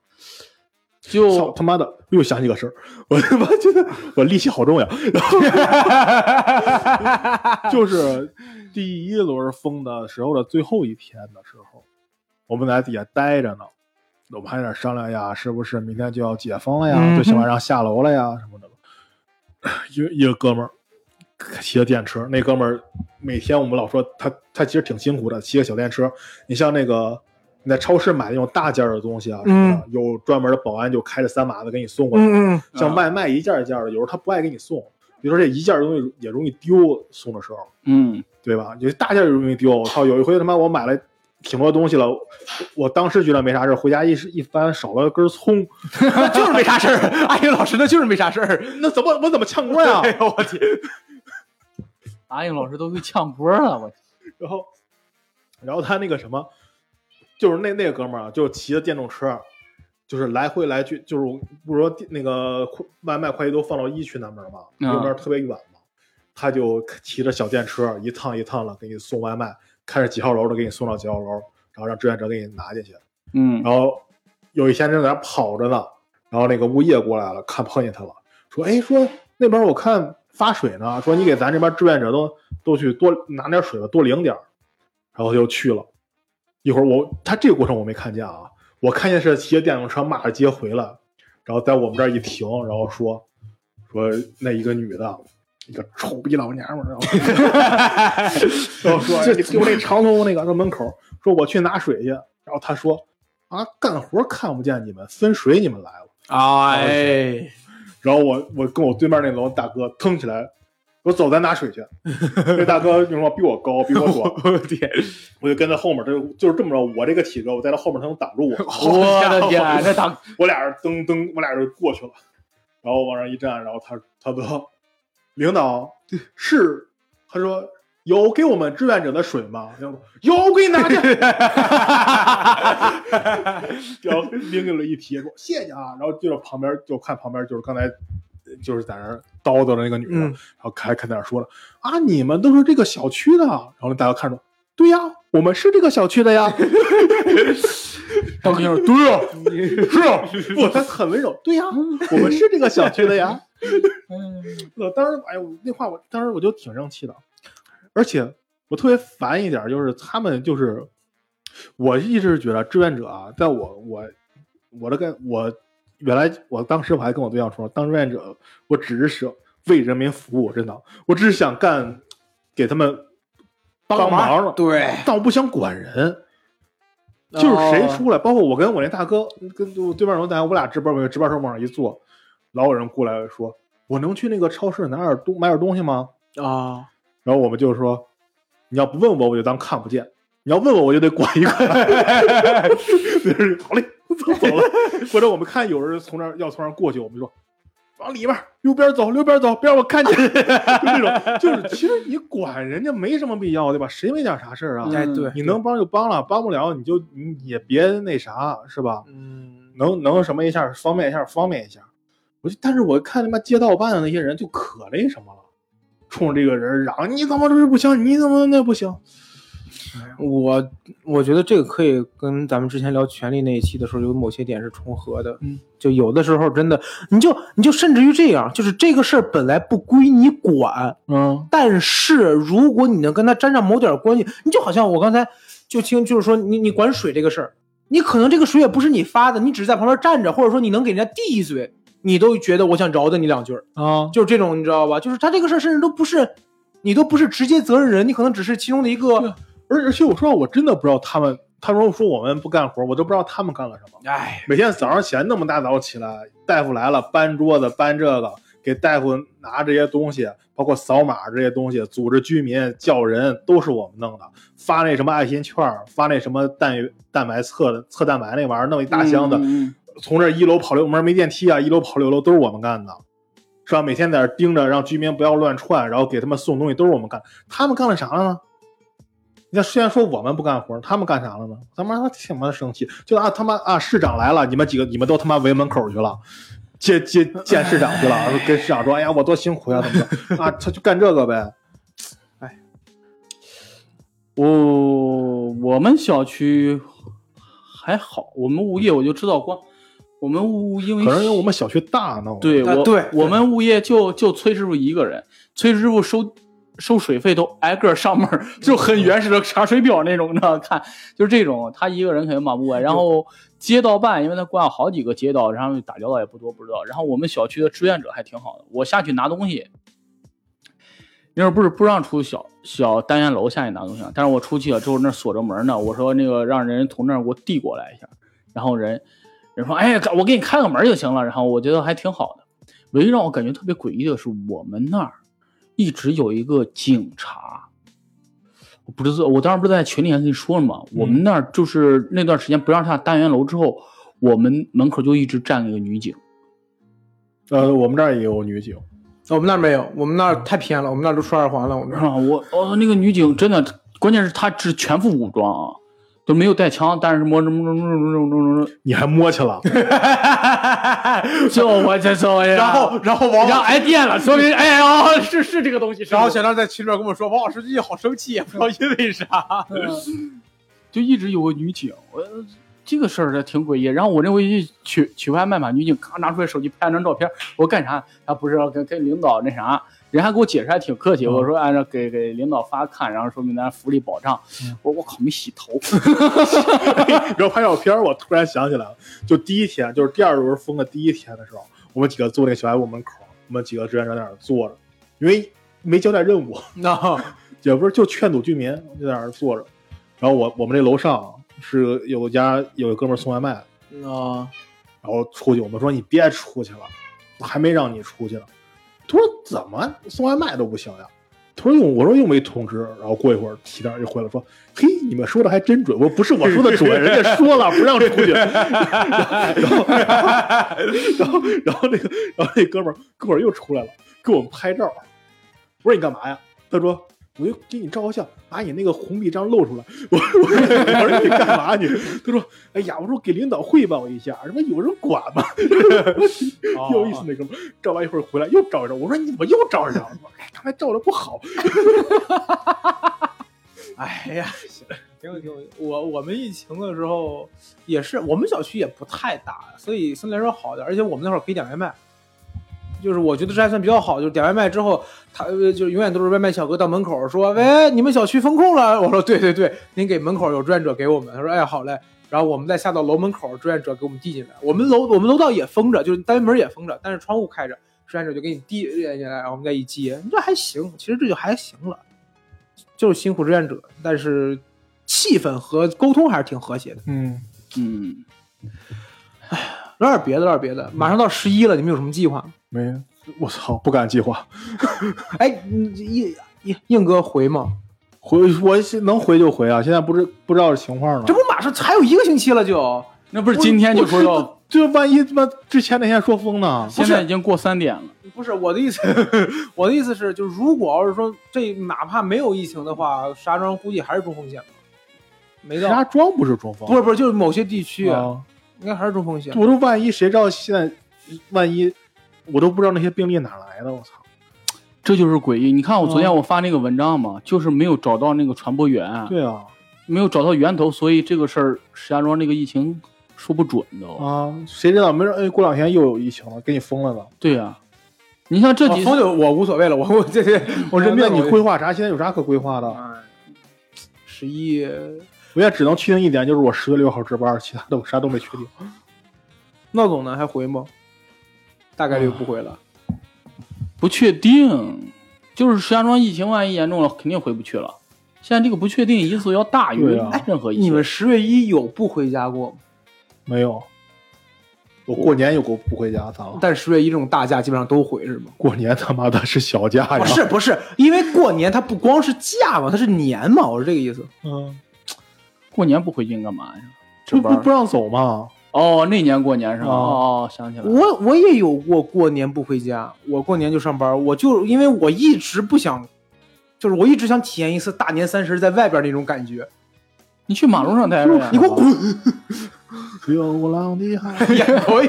操就他妈的，又想起个事儿，我他妈觉得我力气好重呀。然 后就是第一轮封的时候的最后一天的时候，我们在底下待着呢，我们还在那商量哎呀，是不是明天就要解封了呀？嗯哼最起码让下楼了呀什么的。 一一个哥们儿骑着电车，那哥们儿每天我们老说他他其实挺辛苦的，骑个小电车。你像那个你在超市买那种大件儿的东西啊，什么的，有专门的保安就开着三马子给你送过来。嗯 嗯，像外卖一件儿一件儿的，有时候他不爱给你送，比如说这一件儿东西也容易丢，送的时候，嗯对吧？有些大件儿容易丢。我操，有一回他妈我买了挺多东西了，我我当时觉得没啥事儿，回家一一翻少了根葱，就是没啥事儿。 阿英老师，那就是没啥事儿。那怎么我怎么炝锅啊 呀？哎呦我天！阿英老师都会呛锅了，我然后，然后他那个什么，就是那那个哥们儿啊，就骑着电动车，就是来回来去，就是我不是说地那个快外卖快递都放到一区那边儿嘛，啊那边儿特别远嘛，他就骑着小电车一趟一趟的给你送外卖，看着几号楼的给你送到几号楼，然后让志愿者给你拿进去。嗯然后有一天正在那儿跑着呢，然后那个物业过来了，看碰见他了，说：“哎，说那边我看发水呢，说你给咱这边志愿者都都去多拿点水吧，多领点儿。”然后就去了。一会儿我他这个过程我没看见啊，我看见是骑着电动车骂着街回来，然后在我们这儿一停，然后说说那一个女的。一个臭逼老娘们儿，然后 然后说这就那长头发那个在门口说我去拿水去，然后他说啊，干活看不见你们，分水你们来了。哎，然后我我跟我对面那楼大哥腾起来，我走，咱拿水 去。那大哥你说比我高，比我短，我天！我就跟在后面，这就是这么着。我这个体格，我在他后面，他能挡住我。哦我的天，这大我俩人噔噔，我俩人过去了，然后往上一站，然后他他说：“领导是，他说有给我们志愿者的水吗？领导有，我给你拿去。哎 然后拎给了一提，说谢谢啊。然后就到旁边就看旁边就是刚才呃就是在那儿叨叨的那个女的，嗯然后还还在那儿说了啊，你们都是这个小区的啊，然后大家看着。对呀，我们是这个小区的呀。 当妞对呀、是啊，不，他很温柔。对呀、嗯我们是这个小区的呀。我当时，哎呦，那话我当时我就挺生气的，而且我特别烦一点，就是他们就是，我一直觉得志愿者啊，在我我我的跟我原来我当时我还跟我对象说，当志愿者我只是为人民服务，真的，我只是想干给他们帮忙了，对，但我不想管人。就是哦谁出来，包括我跟我那大哥，跟我对面楼大家，我俩值班，我值班时候往上一坐，老有人过来说：“我能去那个超市拿点东买点东西吗啊？”然后我们就说：“你要不问我，我就当看不见；你要问我，我就得管 一管。”就是好嘞，走走了。或者我们看有人从那儿要从那儿过去，我们就说。往里边儿溜边儿走，溜边儿走，别让我看见。 就这种，就是其实你管人家没什么必要，对吧？谁没点啥事儿啊？嗯哎，对，你能帮就帮了，帮不了你就你也别那啥，是吧？嗯，能能什么一下，方便一下，方便一下。我就但是我看他妈街道办的那些人就可那什么了，冲着这个人嚷：“你怎么这不行？你怎么那不行我我觉得这个可以跟咱们之前聊权力那一期的时候有某些点是重合的，嗯，就有的时候真的，你就你就甚至于这样，就是这个事儿本来不归你管，？”嗯，但是如果你能跟他沾上某点关系，你就好像我刚才就听，就是说你你管水这个事儿，你可能这个水也不是你发的，你只是在旁边站着，或者说你能给人家递一嘴，你都觉得我想饶的你两句儿，啊，就是这种你知道吧？就是他这个事儿甚至都不是，你都不是直接责任人，你可能只是其中的一个。而而且我说实话我真的不知道他们，他们说我们不干活，我都不知道他们干了什么。哎， 每天早上起来那么大早起来，大夫来了搬桌子搬这个，给大夫拿这些东西，包括扫码这些东西，组织居民叫人都是我们弄的，发那什么爱心券儿，发那什么蛋蛋白测测蛋白那玩意儿，弄一大箱子，嗯从这一楼跑六，我们这儿没电梯啊，一楼跑六楼都是我们干的，是吧？每天在这儿盯着，让居民不要乱窜，然后给他们送东西都是我们干。他们干了啥了呢？你看，虽然说我们不干活，他们干啥了呢？他妈他挺他妈生气，就啊他妈啊市长来了，你们几个你们都他妈围门口去了。见见见市长去了，跟市长说：“哎呀，我多辛苦呀，怎么着啊？”他就干这个呗。哦我我们小区还好，我们物业我就知道光，我们物因为可能因为我们小区大呢，对啊嗯我对我们物业就就崔师傅一个人，崔师傅收收水费都挨个上门儿，就很原始的查水表那种的，看就是这种，他一个人肯定忙不完。然后街道办，因为他管好几个街道，然后打交道也不多，不知道。然后我们小区的志愿者还挺好的，我下去拿东西，那时候不是不让出小小单元楼下去拿东西啊，但是我出去了之后那儿锁着门呢，我说那个让人从那儿给我递过来一下，然后人人说哎，我给你开个门就行了，然后我觉得还挺好的。唯一让我感觉特别诡异的是，我们那儿一直有一个警察，我不知道，我当时不是在群里还跟你说了吗？我们那儿就是那段时间不让下单元楼之后，我们门口就一直站一个女警。呃，我们这儿也有女警，哦我们那儿没有，我们那儿太偏了，我们那儿都出二环了，我 们那儿。啊，我哦，那个女警真的，关键是她是全副武装啊，都没有带枪，但是摸着摸着摸着摸着摸着你还摸去了？摸着，就我这我呀， 然后，然后 王，然后挨电了，说明哎哦，是是这个东西，是然后 这小亮在群里面跟我说，王老师最近好生气，不知道因为 啥。个东西就一直有个女警，我这个事儿还挺诡异。然后我那回去取取外卖嘛，女警咔拿出来手机拍张照片，我说干啥？啊，不是要跟跟领导那啥。人还给我解释还挺客气，嗯我说按照给给领导发看，然后说明咱福利保障。嗯我我靠，没洗 头，你知道拍照片儿，我突然想起来了，就第一天，就是第二轮封的第一天的时候，我们几个坐那个小卖部门口，我们几个志愿者在那儿坐着，因为没交代任务，那、也不是就劝阻居民，就在那儿坐着。然后我我们这楼上是有家有个哥们儿送外卖，啊，然后出去，我们说你别出去了，我还没让你出去呢。他说怎么送外卖都不行呀？他说又我说又没通知，然后过一会儿提单又回来说，嘿，你们说的还真准，我说不是我说的准，人家说了不让出去。然后然后然后那个然后那哥们儿哥们儿又出来了，给我们拍照。我说你干嘛呀？他说我就给你照个相，把你那个红臂章露出来。我说我说我说你干嘛你？他说哎呀，我说给领导汇报一下，他妈有人管吗？ 挺有意思那哥们儿，照完一会儿回来又照一张，我说你怎么又照一张？我说哎，刚才照的不好。哎呀， 挺有挺有。我我们疫情的时候也是，我们小区也不太大，所以相对来说好点。而且我们那会儿可以点外卖，就是我觉得这还算比较好。就是点外卖之后，他呃就是永远都是外卖小哥到门口说：“喂，你们小区封控了？”我说：“对对对，您给门口有志愿者给我们。”他说：“哎，好嘞。”然后我们再下到楼门口，志愿者给我们递进来。我们楼我们楼道也封着，就是单元门也封着，但是窗户开着，志愿者就给你递进来，然后我们再一接，这还行，其实这就还行了。就是辛苦志愿者，但是气氛和沟通还是挺和谐的。嗯，嗯，聊点别的，聊点别的。马上到十一了，你们有什么计划？没，我操，不敢计划。哎，你硬硬硬哥回吗？回我能回就回啊，现在不是不知道情况呢。这不马上还有一个星期了就，那不是今天就说要这万一他妈之前那天说封呢？现在已经过三点了，不是我的意思， 我的意思是，就如果要是说这哪怕没有疫情的话，石家庄估计还是中风险吧没石到，家庄不是中风，不是不是，哦就是某些地区、啊应该还是中风险。我说万一谁知道现在万一我都不知道那些病例哪来的，我操！这就是诡异。你看我昨天嗯我发那个文章嘛，就是没有找到那个传播源，对啊，没有找到源头，所以这个事儿石家庄这个疫情说不准都。嗯啊，谁知道？没准哎，过两天又有疫情了，给你封了呢。对呀、你像这几哦啊风酒我无所谓了，我我这这我认那命，你规划啥？现在有啥可规划的？哎十一我也只能确定一点，就是我十月六号值班，其他的我啥都没确定。闹总呢还回吗？大概率不回了。不确定，就是石家庄疫情万一严重了，肯定回不去了。现在这个不确定因素要大于对啊任何一切。哎你们十月一有不回家过吗？没有，我过年又给我不回家，咋了？但十月一这种大假基本上都回是吗？过年他妈的是小假呀！不是，不是，因为过年它不光是假嘛，它是年嘛，我是这个意思。嗯，过年不回京干嘛呀？不值班不不让走嘛。哦，那年过年是吧？啊哦哦，想起来了。我我也有过过年不回家，我过年就上班，我就因为我一直不想，就是我一直想体验一次大年三十在外边那种感觉。 你去马路上待着呀，你给我滚！流浪的孩也可以，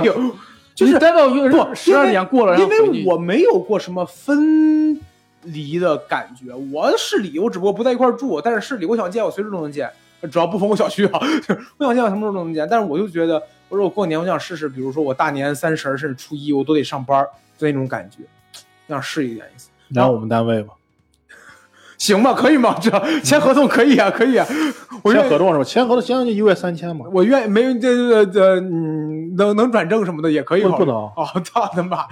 就是你待到不十二点过了，因然后回为去我没有过什么分离的感觉。我市里，我只不过不在一块儿住，但是市里我想见，我随时都能见，只要不封我小区啊， 就是我想见我什么时候都能见。但是我就觉得，我说我过年我想试试，比如说我大年三十儿甚至初一我都得上班儿，就那种感觉，想试一点意思。来我们单位吧，行吧，可以吗？这签合同可以啊，可以啊。我签合愿同是吧？签合同，签合同就一个月三千嘛。我愿没有这这这嗯，能能转正什么的也可以不考虑不能哦，操他妈，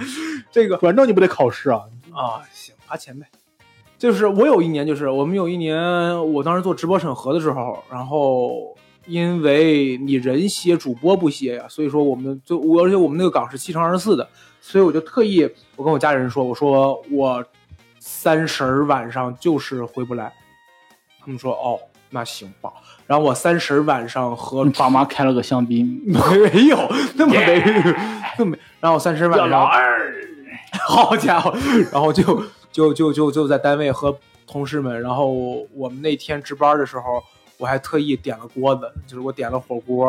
这个反正你不得考试啊？啊，行，罚钱呗。就是我有一年，就是我们有一年，我当时做直播审核的时候，然后因为你人歇，主播不歇呀，所以说我们就我而且我们那个岗是七乘二十四的，所以我就特意我跟我家人说，我说我三十儿晚上就是回不来，他们说哦，那行吧。然后我三十儿晚上和你爸妈开了个香槟， 没有那么没，那么没。然后我三十晚上二， 好家伙，然后就就就就就在单位和同事们，然后我们那天值班的时候，我还特意点了锅子，就是我点了火锅，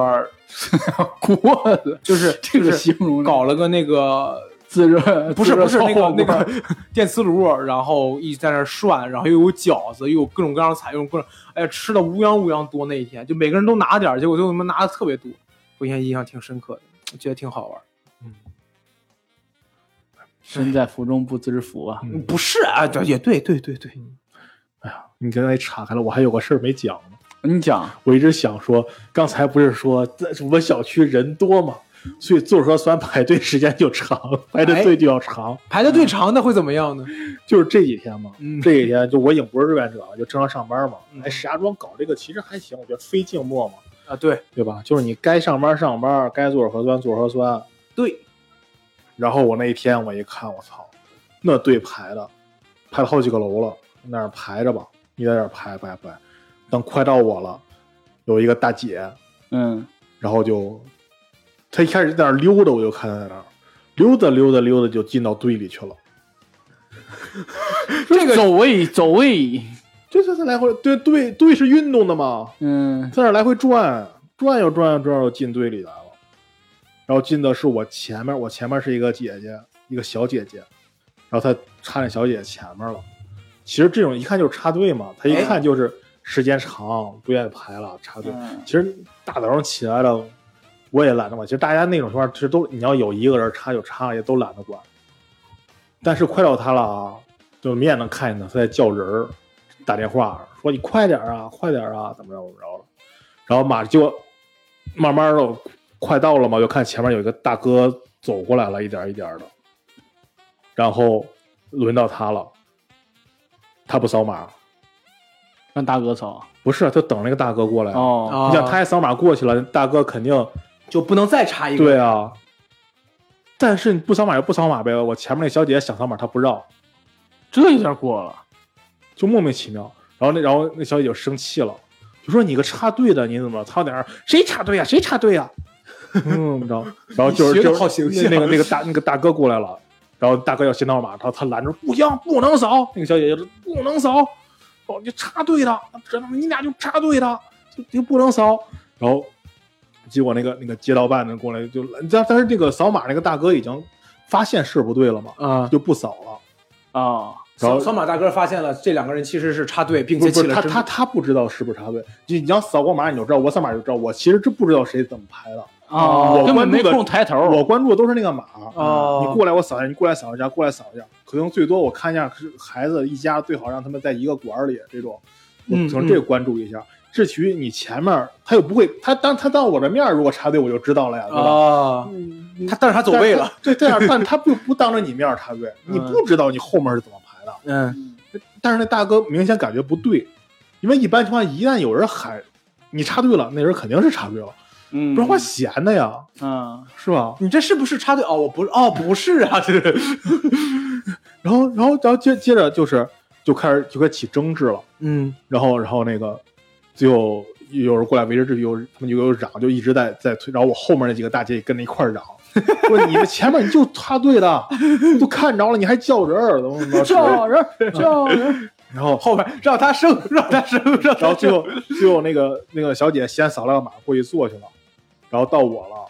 锅子就是 这就个是形容搞了个那个自热， 不是自热不是那烧个火那锅个 电磁炉，然后一直在那儿涮，然后又有饺子，又有各种各样的菜，又有各种，哎呀，吃的乌泱乌泱多。那一天就每个人都拿点儿，结果就他妈拿的特别多，我印象印象挺深刻的，我觉得挺好玩儿。身在福中不知福啊。嗯不是啊，对也对对对对，你刚才岔开了，我还有个事儿没讲呢。你讲，我一直想说，刚才不是说在我们小区人多嘛，所以坐车虽然排队时间就长，哎排的队就要长。排的队长的会怎么样呢？就是这几天嘛，嗯这几天就我已经不是志愿者了，就正常上班嘛。嗯哎，石家庄搞这个其实还行，我觉得非静默嘛，啊，对，对吧？就是你该上班上班，该做核酸做核酸。对，然后我那一天我一看，我操，那队排的，排了好几个楼了，那儿排着吧，你在那儿排排排，等快到我了，有一个大姐，嗯，然后就她一开始在那儿溜达，我就看她在那儿溜达溜达溜达就进到队里去了。这个走位走位，这这这来回对对对是运动的嘛，嗯，在那儿来回转转悠转悠转悠进队里来了，然后进的是我前面，我前面是一个姐姐，一个小姐姐，然后她插在小姐姐前面了。其实这种一看就是插队嘛，她一哎看就是时间长不愿意排了插队。嗯其实大早上起来了，我也懒得管。其实大家那种情况，其实都你要有一个人插就插，也都懒得管。但是快到他了啊，就明显能看见他，他在叫人儿，打电话说你快点儿啊，快点儿啊，怎么着怎么着了。然后马就慢慢的快到了嘛，就看前面有一个大哥走过来了，一点儿一点儿的。然后轮到他了，他不扫码，让大哥啊扫不是啊他等那个大哥过来。哦，你想他也扫码过去了，大哥肯定就不能再插一个。对啊，但是你不扫码就不扫码呗。我前面那小姐姐想扫码，她不让，这有点过了，就莫名其妙。然后那然后那小姐姐就生气了，就说你个插队的，你怎么操点儿？谁插队呀、啊谁插队呀、嗯，你知道？然后就是你学得就是好形象那个那个大那个大哥过来了，然后大哥要先扫码，他他拦着，不行，不能扫。那个小姐姐说不能扫，哦，你插队的，这你俩就插队的，就就不能扫。然后结果那个那个街道办的过来就，但但是这个扫码那个大哥已经发现事不对了嘛，啊就不扫了。啊然扫后扫码大哥发现了这两个人其实是插队，并不且是不起是了他争他他不知道是不是插队，你你要扫过码你就知道，我扫码就知道，我其实真不知道谁怎么排的，啊，嗯我根本没关注的空抬头。我关注的都是那个码。啊哦，你过来我扫一下，你过来扫一下，过来扫一下，可能最多我看一下是孩子一家，最好让他们在一个馆儿里这种，我嗯可能这个关注一下。至于你前面儿他又不会，他当他当我的面儿如果插队我就知道了呀，对吧？啊，嗯他但是他走位了， 对对啊，但他不不当着你面儿插队，你不知道你后面是怎么排的。嗯嗯但是那大哥明显感觉不对，因为一般情况下一旦有人喊你插队了，那人肯定是插队了，嗯，不然会闲的呀，嗯是吧？你这是不是插队？哦，我不是，哦，不是啊，这 是然后然后然后接接着就是就开始就开始起争执了，嗯然后然后那个最后有人过来维持秩序，有人他们就有人嚷，就一直在在推，然后我后面那几个大姐也跟着一块儿嚷。说你们前面你就插队的， 都看着了，你还叫人儿，怎么怎么着？叫人 叫人，然后后边让他 生，让他生，让然他后最生。后最后那个那个小姐先扫了个码过去坐去了，然后到我了，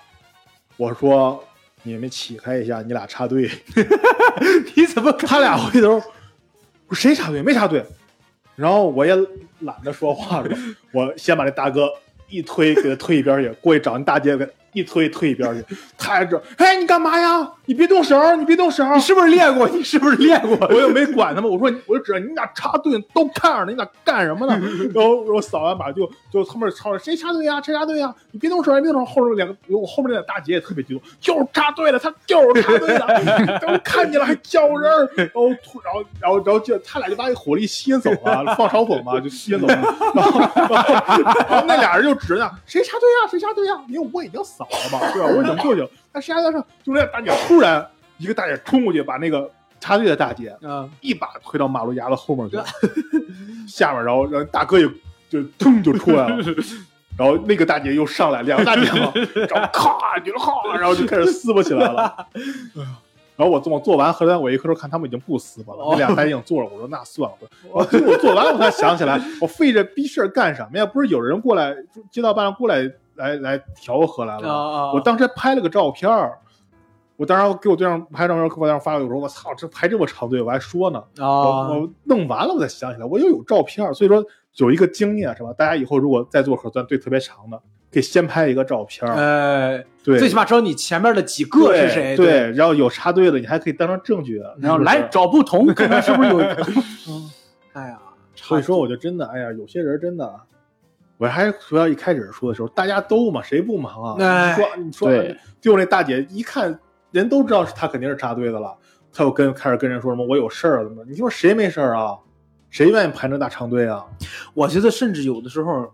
我说你们起开一下，你俩插队。 你怎么他俩回头，我说谁插队？没插队。然后我也懒得说话了，我先把那大哥一推，给他推一边去，过去找那大姐给他一推推一边去。他还 这，哎，你干嘛呀？你别动手儿，你别动手儿。你是不是练过？你是不是练过？ 我也没管他们，我说我就指着你俩插队都看着呢，你俩干什么呢？然后我扫完码就就他们吵着谁插队呀，谁插队呀，你别动手，别动手。后面两个我后面那俩大姐也特别激动，就是插队了，他就是插队了， 都看见了还叫人儿，然后突然后然后然后就他俩就把火力吸引走了，放嘲讽嘛就吸引走了，然后 然后然后那俩人就指着谁插队呀，谁插队呀，因为我已经扫了嘛，对吧？我已经过去了，但谁还在上，就那大姐突然一个大姐冲过去把那个。插队的大姐啊，一把推到马路牙子后面去了， 下面然后让大哥也就腾就出来了，然后那个大姐又上来，两个大姐 嘛，啊然后咔就咔，然后就开始撕巴起来了。然后我做我做完，后来我一回头看他们已经不撕巴了，那俩孩子已经坐了。我说那算了，我最后做完我才想起来，我费这逼事儿干什么呀？不是有人过来，街道办过来来来调和来了吗？啊我当时还拍了个照片儿，我当时给我对象拍照片儿，给我对象发了，我说我操，这排这么长队，我还说呢，我啊我弄完了我才想起来，我又有照片儿，所以说有一个经验是吧？大家以后如果再做核酸队特别长的，可以先拍一个照片儿，哎，对，最起码知道你前面的几个是谁。对，对然后有插队的，你还可以当成证据，然后是不是来。找不同，看看是不是 有一个。哎呀，所以说，我就真的，哎呀，有些人真的。啊我还回到一开始说的时候，大家都嘛，谁不忙啊？哎你说，你说对，就那大姐一看，人都知道是她肯定是插队的了，她又跟开始跟人说什么我有事儿了嘛？你说谁没事儿啊？谁愿意排那大长队啊？我觉得甚至有的时候，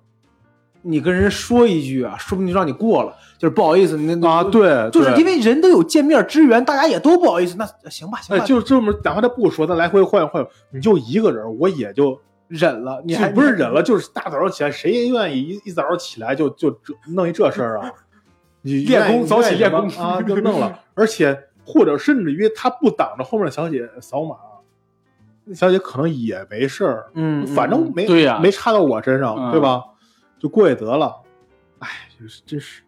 你跟人说一句啊，说不定就让你过了，就是不好意思，那啊，，对，就是对因为人都有见面之缘，大家也都不好意思，那行吧，行哎，吧，就这么，哪怕他不说，他来回换换，你就一个人，我也就忍了，你就还不是忍了，就是大早上起来，谁愿意一一早上起来就就这弄一这事 儿啊？你练愿意功早起愿意什么练功啊，就弄 了，而且或者甚至于他不挡着后面的小姐扫码，那小姐可能也没事儿，嗯，嗯，反正没对呀没插到我身上，嗯对吧？就过也得了。哎，就是真是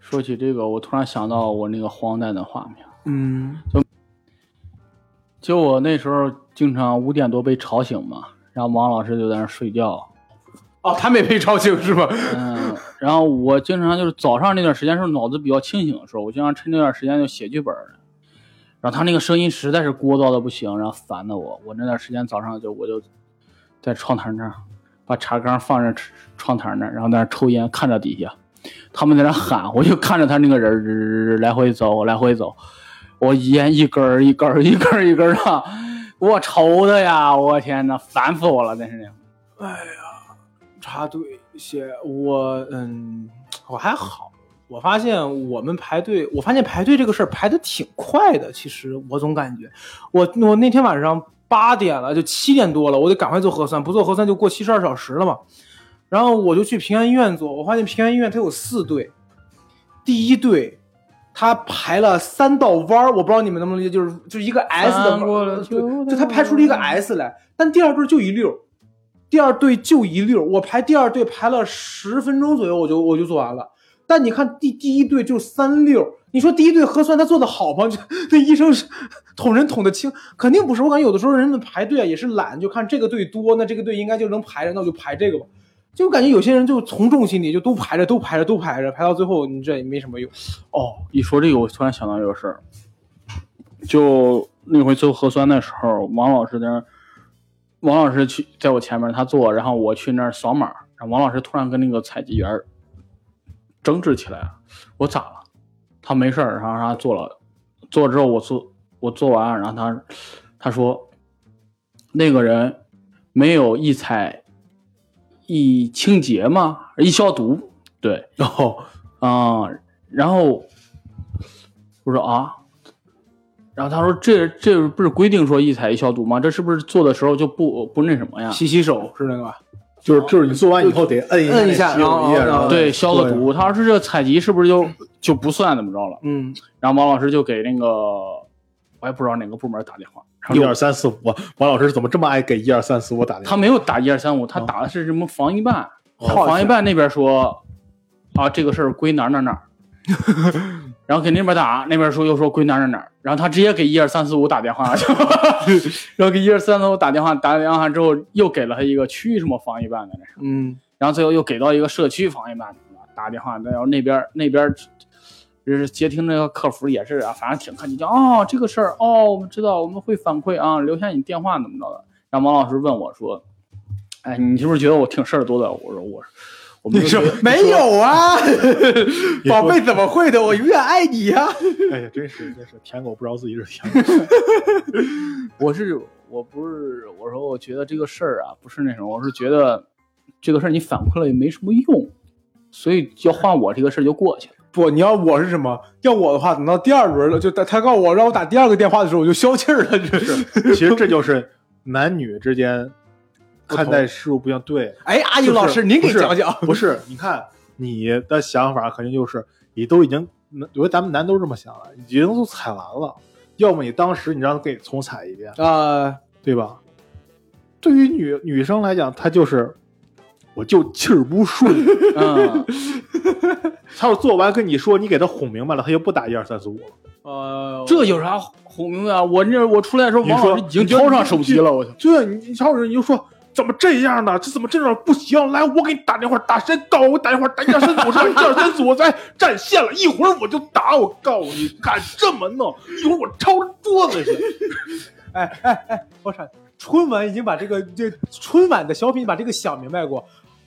说起这个，我突然想到我那个荒诞的画面。嗯就我那时候经常五点多被吵醒嘛，然后王老师就在那儿睡觉，哦，他没被吵醒是吧？嗯，然后我经常就是早上那段时间是脑子比较清醒的时候，我经常趁那段时间就写剧本儿然后他那个声音实在是聒噪的不行，然后烦的我，我那段时间早上就我就在窗台那儿把茶缸放在窗台那儿，然后在那儿抽烟，看着底下他们在那儿喊，我就看着他那个人儿来回走，来回走，我烟一根儿一根儿一根儿一根儿啊，给我愁的呀，我天呐，烦死我了，真是。哎呀，插队些，我嗯，我还好。我发现我们排队，我发现排队这个事儿排的挺快的。其实我总感觉，我我那天晚上八点了，就七点多了，我得赶快做核酸，不做核酸就过七十二小时了嘛。然后我就去平安医院做，我发现平安医院它有四队，第一队。它排了三道弯儿，我不知道你们能不能理解，就是就是一个 S 的弯翻过了儿，秋的对，就它排出了一个 S 来，但第二队就一溜儿，第二队就一溜儿，我排第二队排了十分钟左右，我就我就做完了。但你看第第一队就三六，你说第一队核酸他做的好吗？就 那医生是捅人捅的轻，肯定不是。我感觉有的时候人们排队啊也是懒，就看这个队多，那这个队应该就能排着，那我就排这个吧。就感觉有些人就从众心理，就都排着，都排着，都排着，排到最后你这也没什么用。哦，一说这个，我突然想到一个事儿，就那回做核酸的时候，王老师在那儿，王老师去在我前面，他做，然后我去那儿扫码，然后王老师突然跟那个采集员儿争执起来了，我咋了？他没事儿，然后让他做了，做了之后我做我做完，然后他他说那个人没有一采一清洁吗？一消毒，对，然后啊、然后我说啊，然后他说这这不是规定说一采一消毒吗？这是不是做的时候就不不那什么呀？洗洗手是那个吧？就是就是你做完以后得摁摁一一下哦那洗手液然后然后对，消个毒。他说这个采集是不是就就不算怎么着了？嗯，然后王老师就给那个我也不知道哪个部门打电话，然后一就二三四五，王老师怎么这么爱给一二三四五打电他话？没有打一二三五，他哦打的是什么防疫办？哦防疫办那边说啊，这个事儿归哪儿哪儿 哪儿，然后给那边打，那边说又说归哪儿哪儿哪儿，然后他直接给一二三四五打电话， 然后给一二三四五打电话，打完电话之后又给了他一个区什么防疫办的，嗯，然后最后又给到一个社区防疫办什么的打电话，然后那边那边就是接听那个客服也是啊，反正挺客气，就哦这个事儿哦，我们知道，我们会反馈啊，留下你电话怎么着的。然后王老师问我说：“哎，你是不是觉得我挺事儿多的？”我说：“我我没有觉得。 没有 啊，宝贝怎么会的？我永远爱你啊呀、哎呀，真是真是舔狗不知道自己是舔狗。我是我不是我说我觉得这个事儿啊不是那什么，我是觉得这个事儿你反馈了也没什么用，所以要换我这个事儿就过去了。不，你要我是什么？要我的话，等到第二轮了，就他他告诉我让我打第二个电话的时候，我就消气儿了，这是。其实这就是男女之间看待事物不一样。对，哎，阿就是英老师，您给不是讲讲。不是，你看你的想法肯定就是，你都已经，我觉得咱们男都是这么想的，已经都踩完了，要么你当时你让他给重踩一遍，啊，对吧？对于女女生来讲，她就是，我就气儿不顺，嗯。”她要是做完跟你说，你给她哄明白了，她就不打一二三四五了。呃，这有啥哄明白啊？我那我出来的时候，你说王老师已经掏上手机了，我操！对，你小人你就说怎么这样呢？这怎么这样不行？来，我给你打电话，打谁告我打电话，打一二三四，我说一二三四，我来占线了，一会儿我就打，我告诉你，敢这么弄，一会儿我抄桌子去。我操，春晚已经把这个这春晚的小品把这个想明白过。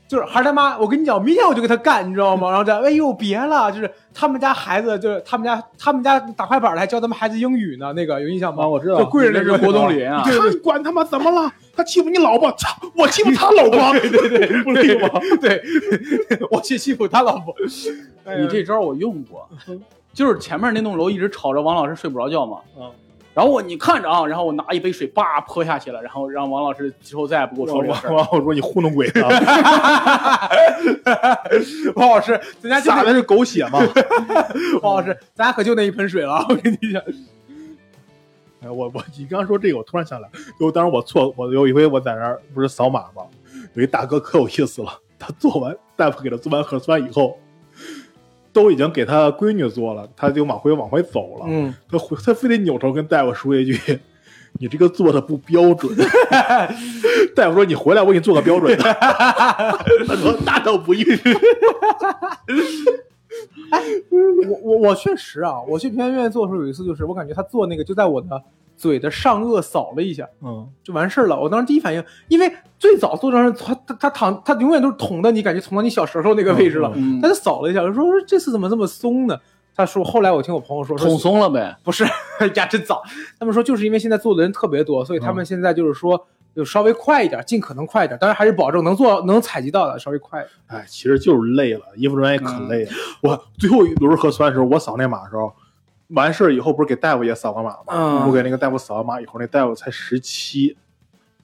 就是孩儿他妈，我跟你讲，明天我就跟他干，你知道吗？然后这样，哎呦别了，就是他们家孩子，就是他们家他们家打快板的还教他们孩子英语呢，那个有印象 吗？啊我知道就跪着那你那个是活动里啊对对你管他妈怎么了？他欺负你老婆，操！我欺负他老婆，对对对，不理我。对， 我去欺负他老婆。哎呀你这招我用过，就是前面那栋楼一直吵着王老师睡不着觉嘛。嗯。然后我你看着啊，然后我拿一杯水叭泼下去了，然后让王老师之后再也不跟我说这个事儿。我我说你糊弄鬼啊 呢，王老师，咱家就撒那的是狗血嘛。王老师，咱家可就那一盆水了，我跟你讲。哎，我我你刚说这个，我突然想起来，就当时我错，我有一回我在那儿不是扫码吗？有一大哥可有意思了，他做完大夫给他做完核酸以后，都已经给他闺女做了，他就往回往回走了，嗯，他回他非得扭头跟大夫说一句：“你这个做的不标准。”大夫说：“你回来，我给你做个标准的。”他说：“那倒不用。 我我我确实啊，我去平安医院做的时候，有一次就是我感觉他做那个就在我的嘴的上颚扫了一下，”嗯，就完事儿了。我当时第一反应，因为最早做这事他他他躺他永远都是捅的你，感觉捅到你小舌头那个位置了。嗯他，就扫了一下，我说我说这次怎么这么松呢？他说后来我听我朋友说，说捅松了呗。不是， 呀，真早。他们说就是因为现在做的人特别多，所以嗯他们现在就是说就稍微快一点，尽可能快一点，当然还是保证能做能采集到的稍微快一点。哎，其实就是累了，医务人员也可累了。我最后一轮核酸的时候，我扫那码的时候，完事儿以后不是给大夫也扫了码吗？嗯我给那个大夫扫完码以后，那大夫才十七、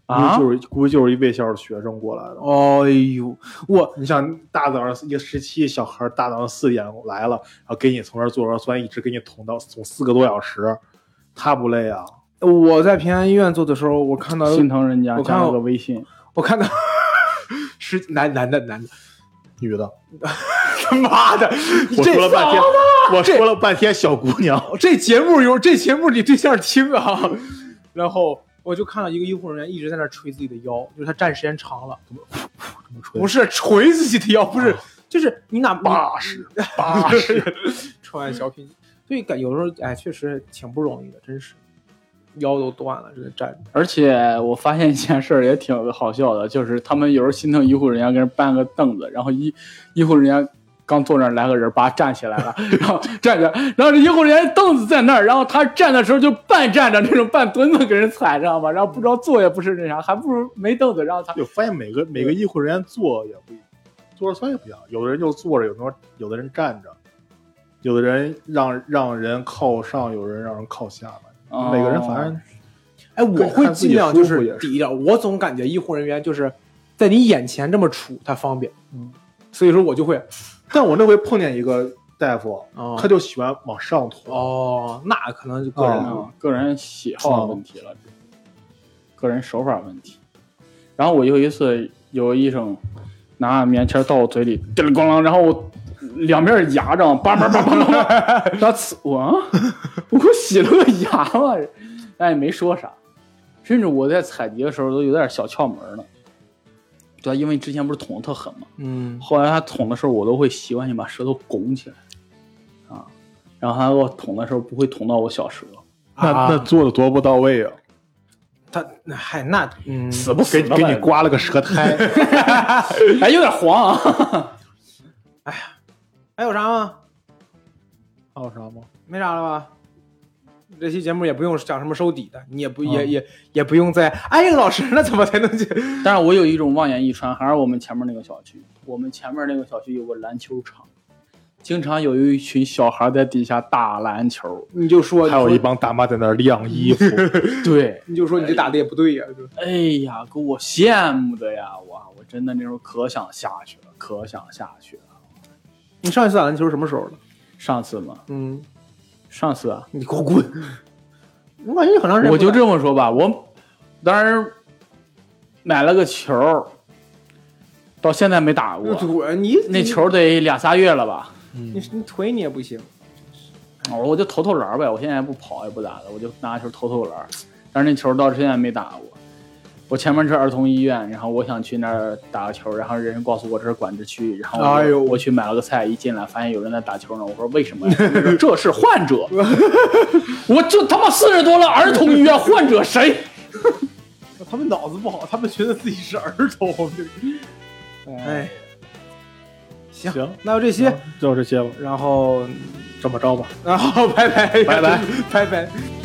啊估计就是估计就是一卫校的学生过来的。哎呦，我你想大早上一个十七小孩，大早上四点来了，然后给你从这儿做核酸，一直给你捅到捅四个多小时，他不累啊？我在平安医院做的时候，我看到心疼人家，我看加了个微信。 我看到是男男的男的， 女的，他妈的，你我这说了半天，我这说了半天小姑娘， 这节目有这节目你对象听啊。 然后我就看到一个医护人员一直在那儿捶自己的腰，就是他站时间长了，不不是是捶自己的腰，不啊是，就是你哪怕八十八十，穿小品，所以感有时候哎，确实挺不容易的，真是腰都断了，真的站着。而且我发现一件事儿也挺好笑的，就是他们有时候心疼医护人员，给人搬个凳子，然后医医护人员刚坐那儿来个人，叭站起来了，然后站着，然后这医护人员凳子在那儿，然后他站的时候就半站着那种半蹲子给人踩，知道吗？然后不知道坐也不是那啥，还不如没凳子，然后他就发现每个每个医护人员坐也不一坐着酸也不一样，有的人就坐着，有的有的人站着，有的人让让人靠上，有人让人靠下吧，每个人反正哎，我会看自己尽量就舒服也是是抵一点，我总感觉医护人员就是在你眼前这么杵，他方便，嗯，所以说我就会但我那回碰见一个大夫，哦他就喜欢往上拖，哦，那可能就个人啊哦嗯，个人喜好的问题了，个人手法问题。然后我有一次有医生拿棉签到我嘴里，叮铃咣啷，然后我两边牙这样叭叭叭叭叭叭，然后呲我啊，我给我洗了个牙嘛，但也没说啥。甚至我在采集的时候都有点小窍门呢，对啊，因为之前不是捅的特狠嘛，嗯，后来他捅的时候，我都会习惯性把舌头拱起来，啊，然后他给我捅的时候不会捅到我小舌，那啊那做的多不到位啊！他那嗨那嗯，不给给你刮了个舌苔，哎，有点黄啊。还有啥吗？还有啥吗？没啥了吧？这期节目也不用讲什么收底的，你也不、嗯也也也不用再哎呀，老师，那怎么才能去？ 但是我有一种望眼欲穿，还是我们前面那个小区，我们前面那个小区有个篮球场，经常有一群小孩在底下打篮球。 你就说， 还有一你说帮大妈在那儿晾衣 服，对，你就说你这打的也不对呀、就是哎呀，给我羡慕的呀！哇，我真的那时候可想下去了，可想下去了。你上一次打篮球什么时候了？上次嘛，嗯，上次啊，你给我 滚！我感觉你很长时间不打我就这么说吧，我当时买了个球儿，到现在没打过，滚，你那，球儿得俩仨月了吧。你你腿你也不行，我我就投投篮儿呗，我现在也不跑也不咋的，我就拿球投投篮儿。但是那球到现在没打过。我前面是儿童医院，然后我想去那儿打个球，然后人告诉我这是管制区，然后我,、哎呦我去买了个菜，一进来发现有人在打球呢，我说 为什么呀？他说这是患者， 我就他妈四十多了，儿童医院患者谁？他们脑子不好，他们觉得自己是儿童。哎，行， 行，那就这些，就这些吧，然后这么着吧。然后拜拜拜拜拜拜。